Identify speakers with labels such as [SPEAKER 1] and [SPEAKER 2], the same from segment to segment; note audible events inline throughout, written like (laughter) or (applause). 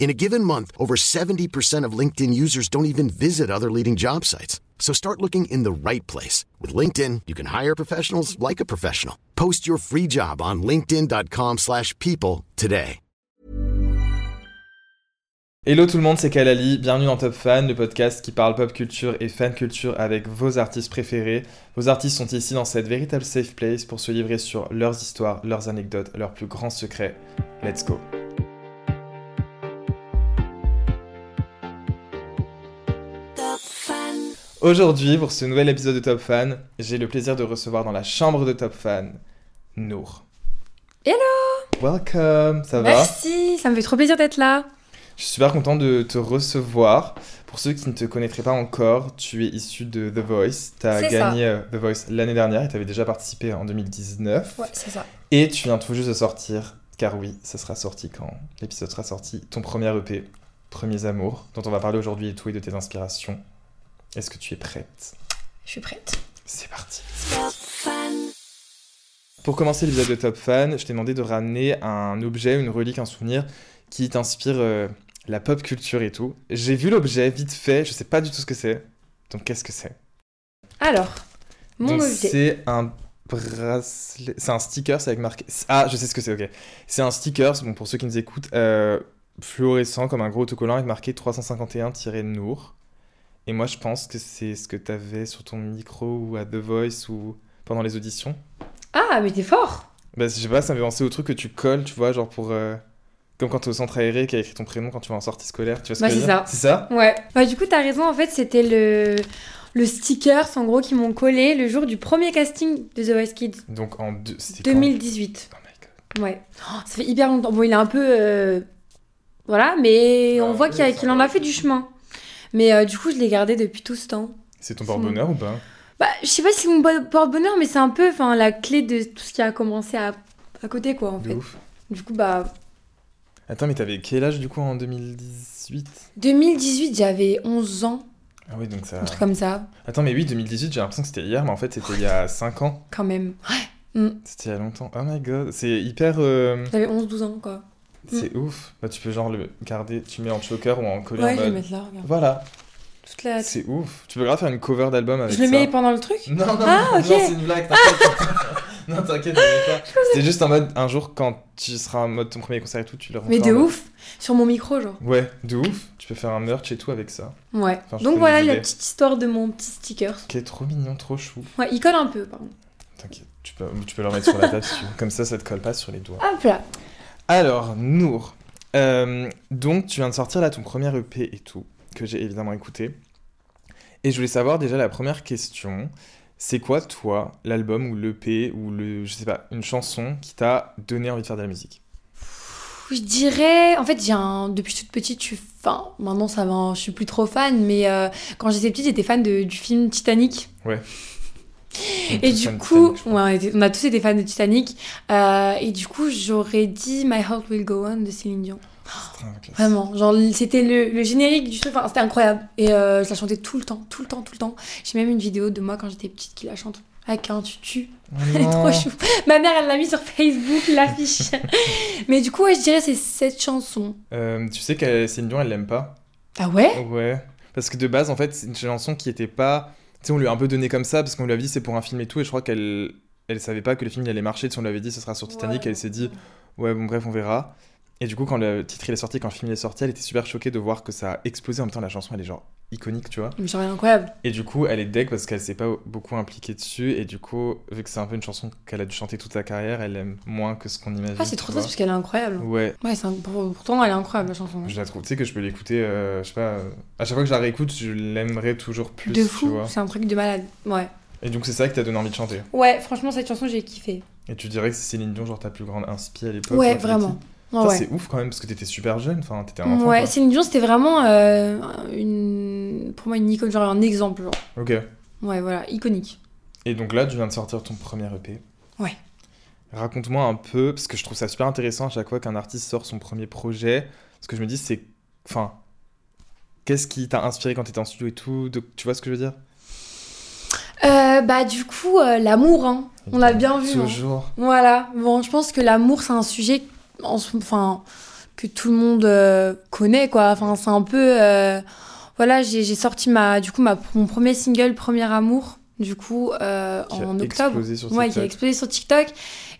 [SPEAKER 1] In a given month, over 70% of LinkedIn users don't even visit other leading job sites. So start looking in the right place. With LinkedIn, you can hire professionals like a professional. Post your free job on linkedin.com/people slash people today.
[SPEAKER 2] Hello tout le monde, c'est Kalali, bienvenue dans Top Fan, le podcast qui parle pop culture et fan culture avec vos artistes préférés. Vos artistes sont ici dans cette véritable safe place pour se livrer sur leurs histoires, leurs anecdotes, leurs plus grands secrets. Let's go Aujourd'hui, pour ce nouvel épisode de Top Fan, j'ai le plaisir de recevoir dans la chambre de Top Fan, Nour.
[SPEAKER 3] Hello
[SPEAKER 2] Welcome, ça va
[SPEAKER 3] Merci, ça me fait trop plaisir d'être là.
[SPEAKER 2] Je suis super content de te recevoir. Pour ceux qui ne te connaîtraient pas encore, tu es issu de The Voice. Tu as
[SPEAKER 3] C'est
[SPEAKER 2] gagné euh, The Voice l'année dernière et tu avais déjà participé en 2019.
[SPEAKER 3] Ouais, c'est ça.
[SPEAKER 2] Et tu viens tout juste de sortir, car oui, ça sera sorti quand l'épisode sera sorti, ton premier EP, Premiers Amours, dont on va parler aujourd'hui et tout et de tes inspirations. Est-ce que tu es prête
[SPEAKER 3] Je suis prête.
[SPEAKER 2] c'est parti. Pour commencer l'épisode de Top Fan, je t'ai demandé de ramener un objet, une relique, un souvenir qui t'inspire euh, la pop culture et tout. J'ai vu l'objet vite fait, je sais pas du tout ce que c'est. Donc qu'est-ce que c'est
[SPEAKER 3] Alors, mon
[SPEAKER 2] Donc,
[SPEAKER 3] objet.
[SPEAKER 2] C'est un bracelet, c'est un sticker c'est avec marqué. Ah, je sais ce que c'est. Ok, c'est un sticker. Bon, pour ceux qui nous écoutent, euh, fluorescent comme un gros autocollant avec marqué 351-Nour. Et moi, je pense que c'est ce que t'avais sur ton micro ou à The Voice ou pendant les auditions.
[SPEAKER 3] Ah, mais t'es fort
[SPEAKER 2] Bah, je sais pas, ça me fait penser au truc que tu colles, tu vois, genre pour. euh, Comme quand t'es au centre aéré, qui a écrit ton prénom quand tu vas en sortie scolaire, tu vois ce
[SPEAKER 3] Bah,
[SPEAKER 2] que je veux
[SPEAKER 3] c'est
[SPEAKER 2] dire
[SPEAKER 3] ça.
[SPEAKER 2] C'est ça
[SPEAKER 3] Ouais. Bah, du coup, t'as raison, en fait, c'était le. Le stickers en gros qui m'ont collé le jour du premier casting de The Voice Kids
[SPEAKER 2] Donc en deux. c'était quand
[SPEAKER 3] 2018.
[SPEAKER 2] Oh my god.
[SPEAKER 3] Ouais. Oh, ça fait hyper longtemps. Bon, il est un peu. euh, Voilà, mais on
[SPEAKER 2] Ah,
[SPEAKER 3] voit
[SPEAKER 2] oui,
[SPEAKER 3] qu'il a-
[SPEAKER 2] ça
[SPEAKER 3] qu'il en
[SPEAKER 2] va.
[SPEAKER 3] a fait du chemin. Mais euh, du coup, je l'ai gardé depuis tout ce temps.
[SPEAKER 2] C'est ton porte-bonheur ou pas
[SPEAKER 3] Bah, je sais pas si c'est mon bo- porte-bonheur, mais c'est un peu enfin, la clé de tout ce qui a commencé à, à côté, quoi, en
[SPEAKER 2] De
[SPEAKER 3] fait.
[SPEAKER 2] ouf.
[SPEAKER 3] Du coup, bah,
[SPEAKER 2] Attends, mais t'avais quel âge du coup en 2018
[SPEAKER 3] 2018, j'avais 11 ans,
[SPEAKER 2] Ah oui, donc ça.
[SPEAKER 3] un truc comme ça,
[SPEAKER 2] Attends, mais oui, 2018, j'ai l'impression que c'était hier, mais en fait, c'était il y
[SPEAKER 3] (laughs)
[SPEAKER 2] a 5 ans.
[SPEAKER 3] quand même.
[SPEAKER 2] C'était il y a longtemps. Oh my god, c'est hyper. euh,
[SPEAKER 3] J'avais 11-12 ans, quoi.
[SPEAKER 2] C'est ouf. Bah, tu peux genre le garder, tu mets en choker ou en collier
[SPEAKER 3] Mm. Ouais,
[SPEAKER 2] en
[SPEAKER 3] je vais
[SPEAKER 2] mode-
[SPEAKER 3] le mettre là, regarde.
[SPEAKER 2] Voilà,
[SPEAKER 3] Toute la...
[SPEAKER 2] c'est ouf. Tu peux grave faire une cover d'album avec
[SPEAKER 3] Je le
[SPEAKER 2] ça.
[SPEAKER 3] mets pendant le truc
[SPEAKER 2] (laughs) Non, non,
[SPEAKER 3] Ah,
[SPEAKER 2] non,
[SPEAKER 3] ok.
[SPEAKER 2] c'est une blague, t'inquiète. (laughs) non, t'inquiète, t'en mets pas. C'était juste en mode, un jour, quand tu seras en mode ton premier concert et tout, tu le
[SPEAKER 3] Mais
[SPEAKER 2] referas
[SPEAKER 3] de
[SPEAKER 2] en mode-
[SPEAKER 3] ouf Sur mon micro, genre.
[SPEAKER 2] Ouais, de ouf. Tu peux faire un merch et tout avec ça.
[SPEAKER 3] Ouais.
[SPEAKER 2] Enfin, je fais
[SPEAKER 3] Donc
[SPEAKER 2] des
[SPEAKER 3] voilà la
[SPEAKER 2] idées.
[SPEAKER 3] petite histoire de mon petit sticker.
[SPEAKER 2] Qui est trop mignon, trop chou.
[SPEAKER 3] Ouais, il colle un peu, pardon.
[SPEAKER 2] T'inquiète, tu peux, tu peux le remettre sur la table si tu veux. Comme ça, ça te colle pas sur les doigts.
[SPEAKER 3] Hop là
[SPEAKER 2] Alors, Nour, euh, donc tu viens de sortir là ton premier EP et tout, que j'ai évidemment écouté. Et je voulais savoir déjà la première question, c'est quoi toi l'album ou l'EP ou le, je sais pas, une chanson qui t'a donné envie de faire de la musique
[SPEAKER 3] Je dirais, en fait, j'ai un... depuis toute petite, je suis fan. Maintenant, ça va, hein, je suis plus trop fan, mais euh, quand j'étais petite, j'étais fan de- du film Titanic. Et du coup, ouais, on était- on a tous été fans de Titanic. euh, et du coup, j'aurais dit My Heart Will Go On de Céline Dion. Vraiment, (laughs) genre c'était le, le générique du truc, enfin, c'était incroyable. Et euh, je la chantais tout le temps, tout le temps, tout le temps. J'ai même une vidéo de moi quand j'étais petite qui la chante avec un tutu. (laughs)
[SPEAKER 2] Oh
[SPEAKER 3] Elle est trop
[SPEAKER 2] non.
[SPEAKER 3] chou. Ma mère, elle l'a mis sur Facebook, l'affiche. (laughs) Mais du coup, ouais, je dirais c'est cette chanson.
[SPEAKER 2] Euh, tu sais que Céline Dion, elle l'aime pas.
[SPEAKER 3] Ah ouais
[SPEAKER 2] Ouais. Parce que de base, en fait, c'est une chanson qui était pas. Tu sais, on lui a un peu donné comme ça, parce qu'on lui a dit c'est pour un film et tout, et je crois qu'elle elle savait pas que le film il allait marcher. Si on lui avait dit ce sera sur Titanic, elle s'est dit ouais, bon, bref, on verra. Et du coup, quand le titre il est sorti, quand le film il est sorti, elle était super choquée de voir que ça a explosé. En même temps, la chanson elle est genre iconique, tu vois.
[SPEAKER 3] Mais genre, elle est incroyable.
[SPEAKER 2] Et du coup, elle est deg parce qu'elle s'est pas beaucoup impliquée dessus. Et du coup, vu que c'est un peu une chanson qu'elle a dû chanter toute sa carrière, elle aime moins que ce qu'on imagine.
[SPEAKER 3] Ah, c'est trop
[SPEAKER 2] tu
[SPEAKER 3] triste
[SPEAKER 2] vois.
[SPEAKER 3] parce qu'elle est incroyable.
[SPEAKER 2] Ouais,
[SPEAKER 3] Ouais, c'est un- pour- pourtant, elle est incroyable, la chanson. hein.
[SPEAKER 2] je la trouve. Tu sais que je peux l'écouter, euh, je sais pas. euh, À chaque fois que je la réécoute, je l'aimerais toujours plus.
[SPEAKER 3] de
[SPEAKER 2] Tu
[SPEAKER 3] fou,
[SPEAKER 2] vois.
[SPEAKER 3] c'est un truc de malade. Ouais.
[SPEAKER 2] Et donc, c'est ça que t'as donné envie de chanter.
[SPEAKER 3] Ouais, franchement, cette chanson, j'ai kiffé.
[SPEAKER 2] Et tu dirais que c'est Céline Dion, genre ta plus grande inspi à l'époque.
[SPEAKER 3] Ouais,
[SPEAKER 2] quand t'étais
[SPEAKER 3] vraiment.
[SPEAKER 2] petite.
[SPEAKER 3] Ouais,
[SPEAKER 2] Ça,
[SPEAKER 3] ouais.
[SPEAKER 2] c'est ouf quand même, parce que t'étais super jeune. Enfin, t'étais un enfant.
[SPEAKER 3] Ouais,
[SPEAKER 2] quoi.
[SPEAKER 3] Céline Dion, c'était vraiment euh, une... pour moi une icône, genre un exemple. genre.
[SPEAKER 2] Ok.
[SPEAKER 3] Ouais, voilà, iconique.
[SPEAKER 2] Et donc là, tu viens de sortir ton premier EP.
[SPEAKER 3] Ouais.
[SPEAKER 2] Raconte-moi un peu, parce que je trouve ça super intéressant à chaque fois qu'un artiste sort son premier projet. Ce que je me dis, c'est. Enfin. Qu'est-ce qui t'a inspiré quand t'étais en studio et tout de- Tu vois ce que je veux dire
[SPEAKER 3] Euh, bah, du coup, euh, l'amour, hein. on l'a bien vu. hein.
[SPEAKER 2] Toujours.
[SPEAKER 3] Voilà, bon, je pense que l'amour, c'est un sujet en ce- enfin, que tout le monde euh, connaît, quoi. Enfin, c'est un peu. euh, voilà, j'ai j'ai sorti ma, du coup, ma, mon premier single, Premier Amour, du coup, euh,
[SPEAKER 2] Qui a
[SPEAKER 3] en octobre.
[SPEAKER 2] explosé sur
[SPEAKER 3] Ouais, qui
[SPEAKER 2] TikTok.
[SPEAKER 3] a explosé sur TikTok.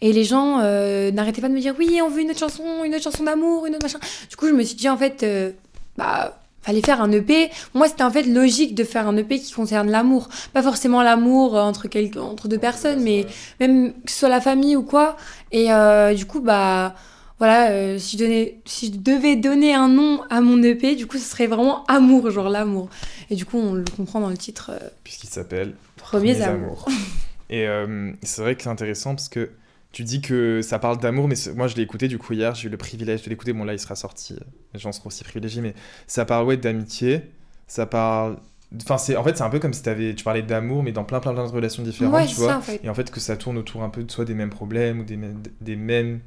[SPEAKER 3] Et les gens euh, n'arrêtaient pas de me dire oui, on veut une autre chanson, une autre chanson d'amour, une autre machin. Du coup, je me suis dit en fait, euh, bah, fallait faire un EP. Moi, c'était en fait logique de faire un EP qui concerne l'amour. Pas forcément l'amour euh, entre, quel- entre deux personnes, mais même que ce soit la famille ou quoi. Et euh, du coup, bah. Voilà, euh, si, je donnais, si je devais donner un nom à mon EP, du coup, ce serait vraiment amour, genre l'amour. Et du coup, on le comprend dans le titre euh,
[SPEAKER 2] Puisqu'il s'appelle
[SPEAKER 3] Premiers,
[SPEAKER 2] Premiers
[SPEAKER 3] amours.
[SPEAKER 2] Amours. Et euh, c'est vrai que c'est intéressant parce que tu dis que ça parle d'amour, mais c'est- moi je l'ai écouté du coup hier, j'ai eu le privilège de l'écouter. Bon, là il sera sorti, euh, les gens seront aussi privilégiés, mais ça parle ouais d'amitié, ça parle. Enfin, c'est en fait, c'est un peu comme si t'avais- tu parlais d'amour, mais dans plein plein plein de relations différentes,
[SPEAKER 3] Ouais,
[SPEAKER 2] tu
[SPEAKER 3] c'est
[SPEAKER 2] vois.
[SPEAKER 3] ça en fait.
[SPEAKER 2] Et en fait, que ça tourne autour un peu de soit des mêmes problèmes ou des, mêmes- des mêmes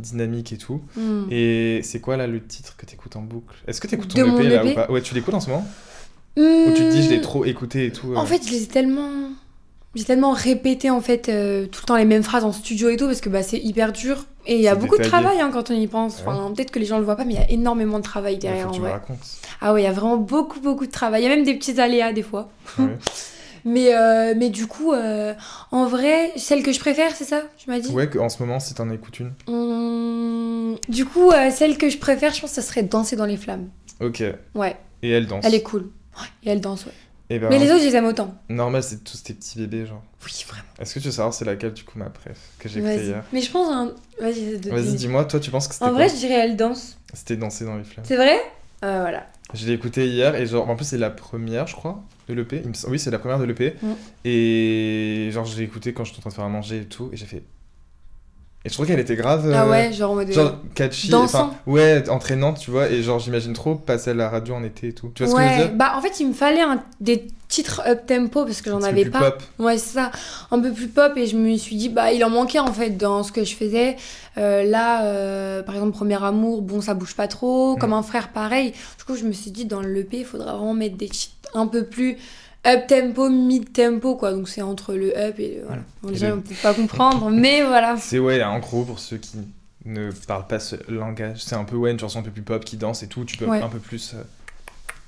[SPEAKER 2] dynamiques et tout.
[SPEAKER 3] Hmm.
[SPEAKER 2] Et c'est quoi là le titre que t'écoutes en boucle Est-ce que t'écoutes ton
[SPEAKER 3] De
[SPEAKER 2] EP,
[SPEAKER 3] mon E
[SPEAKER 2] là
[SPEAKER 3] EP?
[SPEAKER 2] ou pas Ouais, tu l'écoutes en ce moment Ou tu te dis je l'ai
[SPEAKER 3] Hmm.
[SPEAKER 2] trop écouté et tout euh,
[SPEAKER 3] En fait, je les ai tellement. J'ai tellement répété en fait euh, tout le temps les mêmes phrases en studio et tout parce que bah, c'est hyper dur et il y a
[SPEAKER 2] C'est
[SPEAKER 3] beaucoup de
[SPEAKER 2] détaillé.
[SPEAKER 3] travail hein, quand on y pense. Enfin, peut-être que les gens le voient pas, mais il y a énormément de travail
[SPEAKER 2] ouais, faut
[SPEAKER 3] derrière
[SPEAKER 2] que
[SPEAKER 3] en
[SPEAKER 2] tu me
[SPEAKER 3] vrai.
[SPEAKER 2] racontes.
[SPEAKER 3] Ah ouais, il y a vraiment beaucoup beaucoup de travail. Il y a même des petits aléas des fois.
[SPEAKER 2] Ouais.
[SPEAKER 3] (laughs) Mais, euh, mais du coup, euh, en vrai, celle que je préfère, c'est ça Tu m'as dit
[SPEAKER 2] Ouais, que- en ce moment, si t'en écoutes une.
[SPEAKER 3] Hum, Du coup, euh, celle que je préfère, je pense que ça serait Danser dans les flammes.
[SPEAKER 2] Ok. Et
[SPEAKER 3] Ouais,
[SPEAKER 2] elle danse.
[SPEAKER 3] elle est cool. Et elle danse, ouais.
[SPEAKER 2] Eh ben,
[SPEAKER 3] Mais les autres, je les aime autant.
[SPEAKER 2] Normal, c'est tous tes petits bébés, genre.
[SPEAKER 3] Oui, vraiment.
[SPEAKER 2] Est-ce que tu veux savoir c'est laquelle, du coup, ma préf que j'ai écoutée
[SPEAKER 3] Vas-y.
[SPEAKER 2] hier
[SPEAKER 3] Mais je pense. hein, Vas-y, de-
[SPEAKER 2] Vas-y, dis-moi, toi, tu penses que c'était
[SPEAKER 3] En vrai,
[SPEAKER 2] quoi
[SPEAKER 3] je dirais elle danse.
[SPEAKER 2] C'était Danser dans les flammes.
[SPEAKER 3] C'est vrai Ah, Voilà.
[SPEAKER 2] Je l'ai écoutée hier, et genre, en plus, c'est la première, je crois, de l'EP. Il me semble- Oui, c'est la première de l'EP.
[SPEAKER 3] Mm.
[SPEAKER 2] Et genre, je l'ai écoutée quand je suis en train de faire à manger et tout, et j'ai fait. Et je trouvais qu'elle était grave.
[SPEAKER 3] Ah
[SPEAKER 2] euh,
[SPEAKER 3] ouais, genre en mode.
[SPEAKER 2] Genre catchy,
[SPEAKER 3] Dansant.
[SPEAKER 2] enfin, ouais, entraînante, tu vois, et genre j'imagine trop passer à la radio en été et tout. Tu vois ce que je veux
[SPEAKER 3] ouais,
[SPEAKER 2] dire
[SPEAKER 3] bah en fait, il me fallait un- des titres up tempo parce que j'en
[SPEAKER 2] Parce que
[SPEAKER 3] avais
[SPEAKER 2] plus
[SPEAKER 3] pas.
[SPEAKER 2] pop.
[SPEAKER 3] Ouais, c'est ça. Un peu plus pop et je me suis dit, bah il en manquait en fait dans ce que je faisais. Euh, là, euh, par exemple, Premier Amour, bon, ça bouge pas trop.
[SPEAKER 2] Mm.
[SPEAKER 3] Comme un frère, pareil. Du coup, je me suis dit, dans l'EP, il faudra vraiment mettre des titres un peu plus. Up tempo, mid tempo, quoi. Donc c'est entre le up et le- voilà. Bon,
[SPEAKER 2] Et
[SPEAKER 3] déjà,
[SPEAKER 2] le-
[SPEAKER 3] on peut pas comprendre, (laughs) mais voilà.
[SPEAKER 2] C'est ouais, en gros, pour ceux qui ne parlent pas ce langage, c'est un peu ouais, une chanson un peu plus pop qui danse et tout, tu peux
[SPEAKER 3] Ouais.
[SPEAKER 2] un peu plus euh,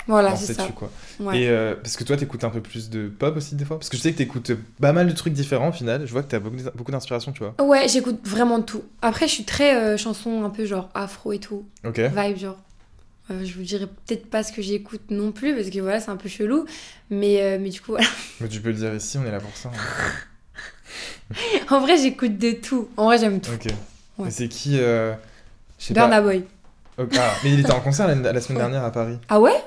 [SPEAKER 3] Voilà,
[SPEAKER 2] danser
[SPEAKER 3] c'est ça.
[SPEAKER 2] dessus quoi.
[SPEAKER 3] Ouais.
[SPEAKER 2] Et euh, parce que toi, t'écoutes un peu plus de pop aussi des fois Parce que je sais que t'écoutes pas mal de trucs différents au final, je vois que t'as beaucoup, beaucoup d'inspiration, tu vois.
[SPEAKER 3] Ouais, j'écoute vraiment tout. Après, je suis très euh, chanson un peu genre afro et tout,
[SPEAKER 2] Ok.
[SPEAKER 3] vibe genre. Euh, je vous dirai peut-être pas ce que j'écoute non plus parce que voilà, c'est un peu chelou. Mais, euh, mais du coup, voilà. (laughs)
[SPEAKER 2] Mais tu peux le dire ici, on est là pour ça. hein.
[SPEAKER 3] En vrai, j'écoute de tout. En vrai, j'aime tout.
[SPEAKER 2] Ok.
[SPEAKER 3] Ouais.
[SPEAKER 2] Mais c'est qui euh, Je sais pas.
[SPEAKER 3] Burna Boy.
[SPEAKER 2] Ok, ah, mais il était en concert la, la semaine dernière à Paris.
[SPEAKER 3] Ah ouais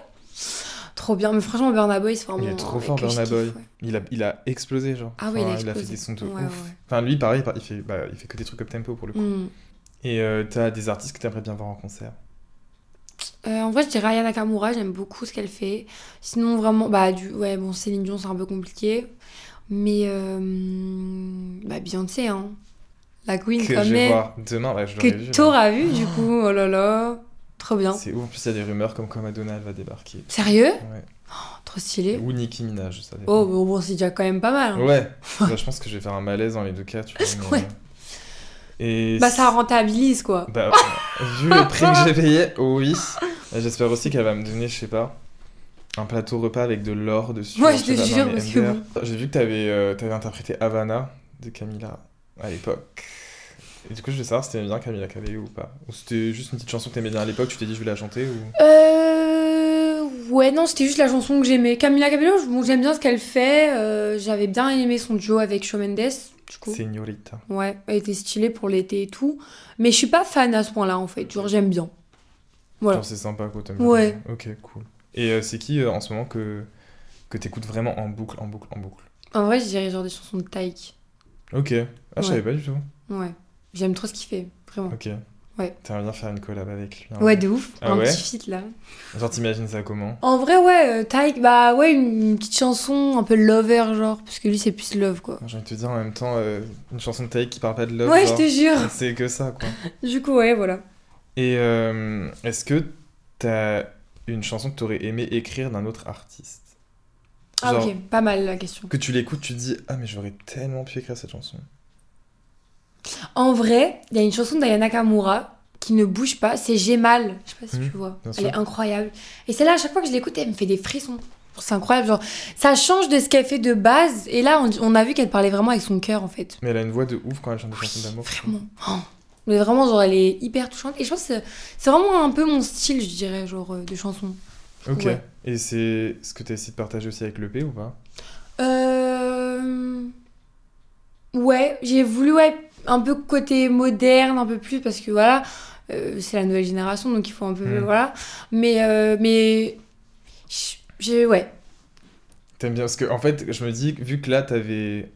[SPEAKER 3] Trop bien. Mais franchement, Burna Boy, c'est vraiment.
[SPEAKER 2] Il est trop
[SPEAKER 3] un
[SPEAKER 2] fort,
[SPEAKER 3] que je
[SPEAKER 2] Burna
[SPEAKER 3] kiffe,
[SPEAKER 2] Boy.
[SPEAKER 3] ouais.
[SPEAKER 2] Il a, il a explosé, genre.
[SPEAKER 3] Ah ouais, il a
[SPEAKER 2] Enfin,
[SPEAKER 3] explosé.
[SPEAKER 2] fait des sons de
[SPEAKER 3] Ouais,
[SPEAKER 2] ouf.
[SPEAKER 3] ouais.
[SPEAKER 2] Enfin, lui, pareil, il fait, bah, il fait que des trucs up tempo pour le coup.
[SPEAKER 3] Hmm.
[SPEAKER 2] Et euh, t'as des artistes que t'aimerais bien voir en concert.
[SPEAKER 3] Euh, en vrai, je dirais Aya Nakamura, j'aime beaucoup ce qu'elle fait. Sinon, vraiment, bah, du... ouais, bon, Céline Dion, c'est un peu compliqué. Mais, euh, bah, Beyoncé, hein. La queen,
[SPEAKER 2] que
[SPEAKER 3] quand
[SPEAKER 2] je vais
[SPEAKER 3] même.
[SPEAKER 2] voir demain. Bah, je l'aurais vu.
[SPEAKER 3] Que
[SPEAKER 2] là.
[SPEAKER 3] t'auras vu, du coup, oh là là. Trop bien.
[SPEAKER 2] C'est ouf. En plus, il y a des rumeurs comme quoi Madonna elle va débarquer.
[SPEAKER 3] Sérieux
[SPEAKER 2] Ouais.
[SPEAKER 3] Trop stylé.
[SPEAKER 2] Ou Nicki Minaj, ça dépend.
[SPEAKER 3] Oh, bon, bon, c'est déjà quand même pas mal. hein.
[SPEAKER 2] Ouais,
[SPEAKER 3] (laughs)
[SPEAKER 2] Bah, je pense que je vais faire un malaise dans les deux cas, tu vois. mais- euh.
[SPEAKER 3] Ouais.
[SPEAKER 2] Et
[SPEAKER 3] Bah, ça rentabilise, quoi.
[SPEAKER 2] Bah, vu le prix que j'ai payé, oui. Et J'espère aussi qu'elle va me donner, je sais pas, un plateau repas avec de l'or dessus.
[SPEAKER 3] Ouais,
[SPEAKER 2] ou
[SPEAKER 3] je
[SPEAKER 2] sais
[SPEAKER 3] te
[SPEAKER 2] pas,
[SPEAKER 3] jure,
[SPEAKER 2] dans les
[SPEAKER 3] parce que
[SPEAKER 2] MDR. J'ai vu que t'avais euh, t'avais interprété Havana de Camila à l'époque. Et du coup, je voulais savoir si t'aimais bien Camila Cabello ou pas. Ou c'était juste une petite chanson que t'aimais bien à l'époque, tu t'es dit je vais la chanter ou.
[SPEAKER 3] Euh. Ouais, non, c'était juste la chanson que j'aimais. Camila Cabello, je- bon, j'aime bien ce qu'elle fait. euh, J'avais bien aimé son duo avec Shawn Mendes, du coup.
[SPEAKER 2] Señorita.
[SPEAKER 3] Ouais, elle était stylée pour l'été et tout. Mais je suis pas fan à ce point-là, en fait. Genre, j'aime bien. Voilà.
[SPEAKER 2] Genre, c'est sympa quoi, t'aimes
[SPEAKER 3] Ouais.
[SPEAKER 2] bien. Ok, cool. Et euh, c'est qui euh, en ce moment que, que t'écoutes vraiment en boucle, en boucle, en boucle
[SPEAKER 3] En vrai, je dirais genre des chansons de Taïk.
[SPEAKER 2] Ok. Ah, je
[SPEAKER 3] Ouais.
[SPEAKER 2] savais pas du tout.
[SPEAKER 3] Ouais. J'aime trop ce qu'il fait, vraiment.
[SPEAKER 2] Ok.
[SPEAKER 3] Ouais.
[SPEAKER 2] T'aimerais bien faire une collab avec lui. hein.
[SPEAKER 3] Ouais, de ouf.
[SPEAKER 2] Ah
[SPEAKER 3] un
[SPEAKER 2] ouais
[SPEAKER 3] petit feat, là.
[SPEAKER 2] Genre, t'imagines ça comment
[SPEAKER 3] En vrai, ouais, euh, Taïk, bah ouais, une, une petite chanson un peu lover, genre. Parce que lui, c'est plus love, quoi.
[SPEAKER 2] J'ai envie de te dire en même temps, euh, une chanson de Taïk qui parle pas de love.
[SPEAKER 3] ouais, je
[SPEAKER 2] genre,
[SPEAKER 3] te jure.
[SPEAKER 2] C'est que ça, quoi.
[SPEAKER 3] Du coup, ouais, voilà.
[SPEAKER 2] Et euh, est-ce que t'as une chanson que t'aurais aimé écrire d'un autre artiste
[SPEAKER 3] Ah,
[SPEAKER 2] Genre,
[SPEAKER 3] ok. Pas mal, la question.
[SPEAKER 2] Que tu l'écoutes, tu te dis Ah, mais j'aurais tellement pu écrire cette chanson.
[SPEAKER 3] En vrai, il y a une chanson d'Ayana Nakamura qui ne bouge pas, c'est J'ai mal. Je sais pas si
[SPEAKER 2] Mhm,
[SPEAKER 3] tu vois.
[SPEAKER 2] bien
[SPEAKER 3] Elle
[SPEAKER 2] sûr.
[SPEAKER 3] est incroyable. Et celle-là, à chaque fois que je l'écoute, elle me fait des frissons. C'est incroyable, genre ça change de ce qu'elle fait de base. Et là, on, on a vu qu'elle parlait vraiment avec son cœur en fait.
[SPEAKER 2] Mais elle a une voix de ouf quand elle chante des chansons d'amour.
[SPEAKER 3] Vraiment. Oh. Mais vraiment, genre elle est hyper touchante. Et je pense que c'est- c'est vraiment un peu mon style, je dirais, genre euh, de chanson.
[SPEAKER 2] Ok.
[SPEAKER 3] Ouais.
[SPEAKER 2] Et c'est ce que t'as essayé de partager aussi avec l'EP ou pas
[SPEAKER 3] Euh... Ouais, j'ai voulu ouais, un peu côté moderne, un peu plus, parce que voilà, euh, c'est la nouvelle génération, donc il faut un peu...
[SPEAKER 2] Mm.
[SPEAKER 3] Voilà. Mais... euh, mais... j- J'ai... Ouais.
[SPEAKER 2] T'aimes bien parce que en fait, je me dis que vu que là t'avais,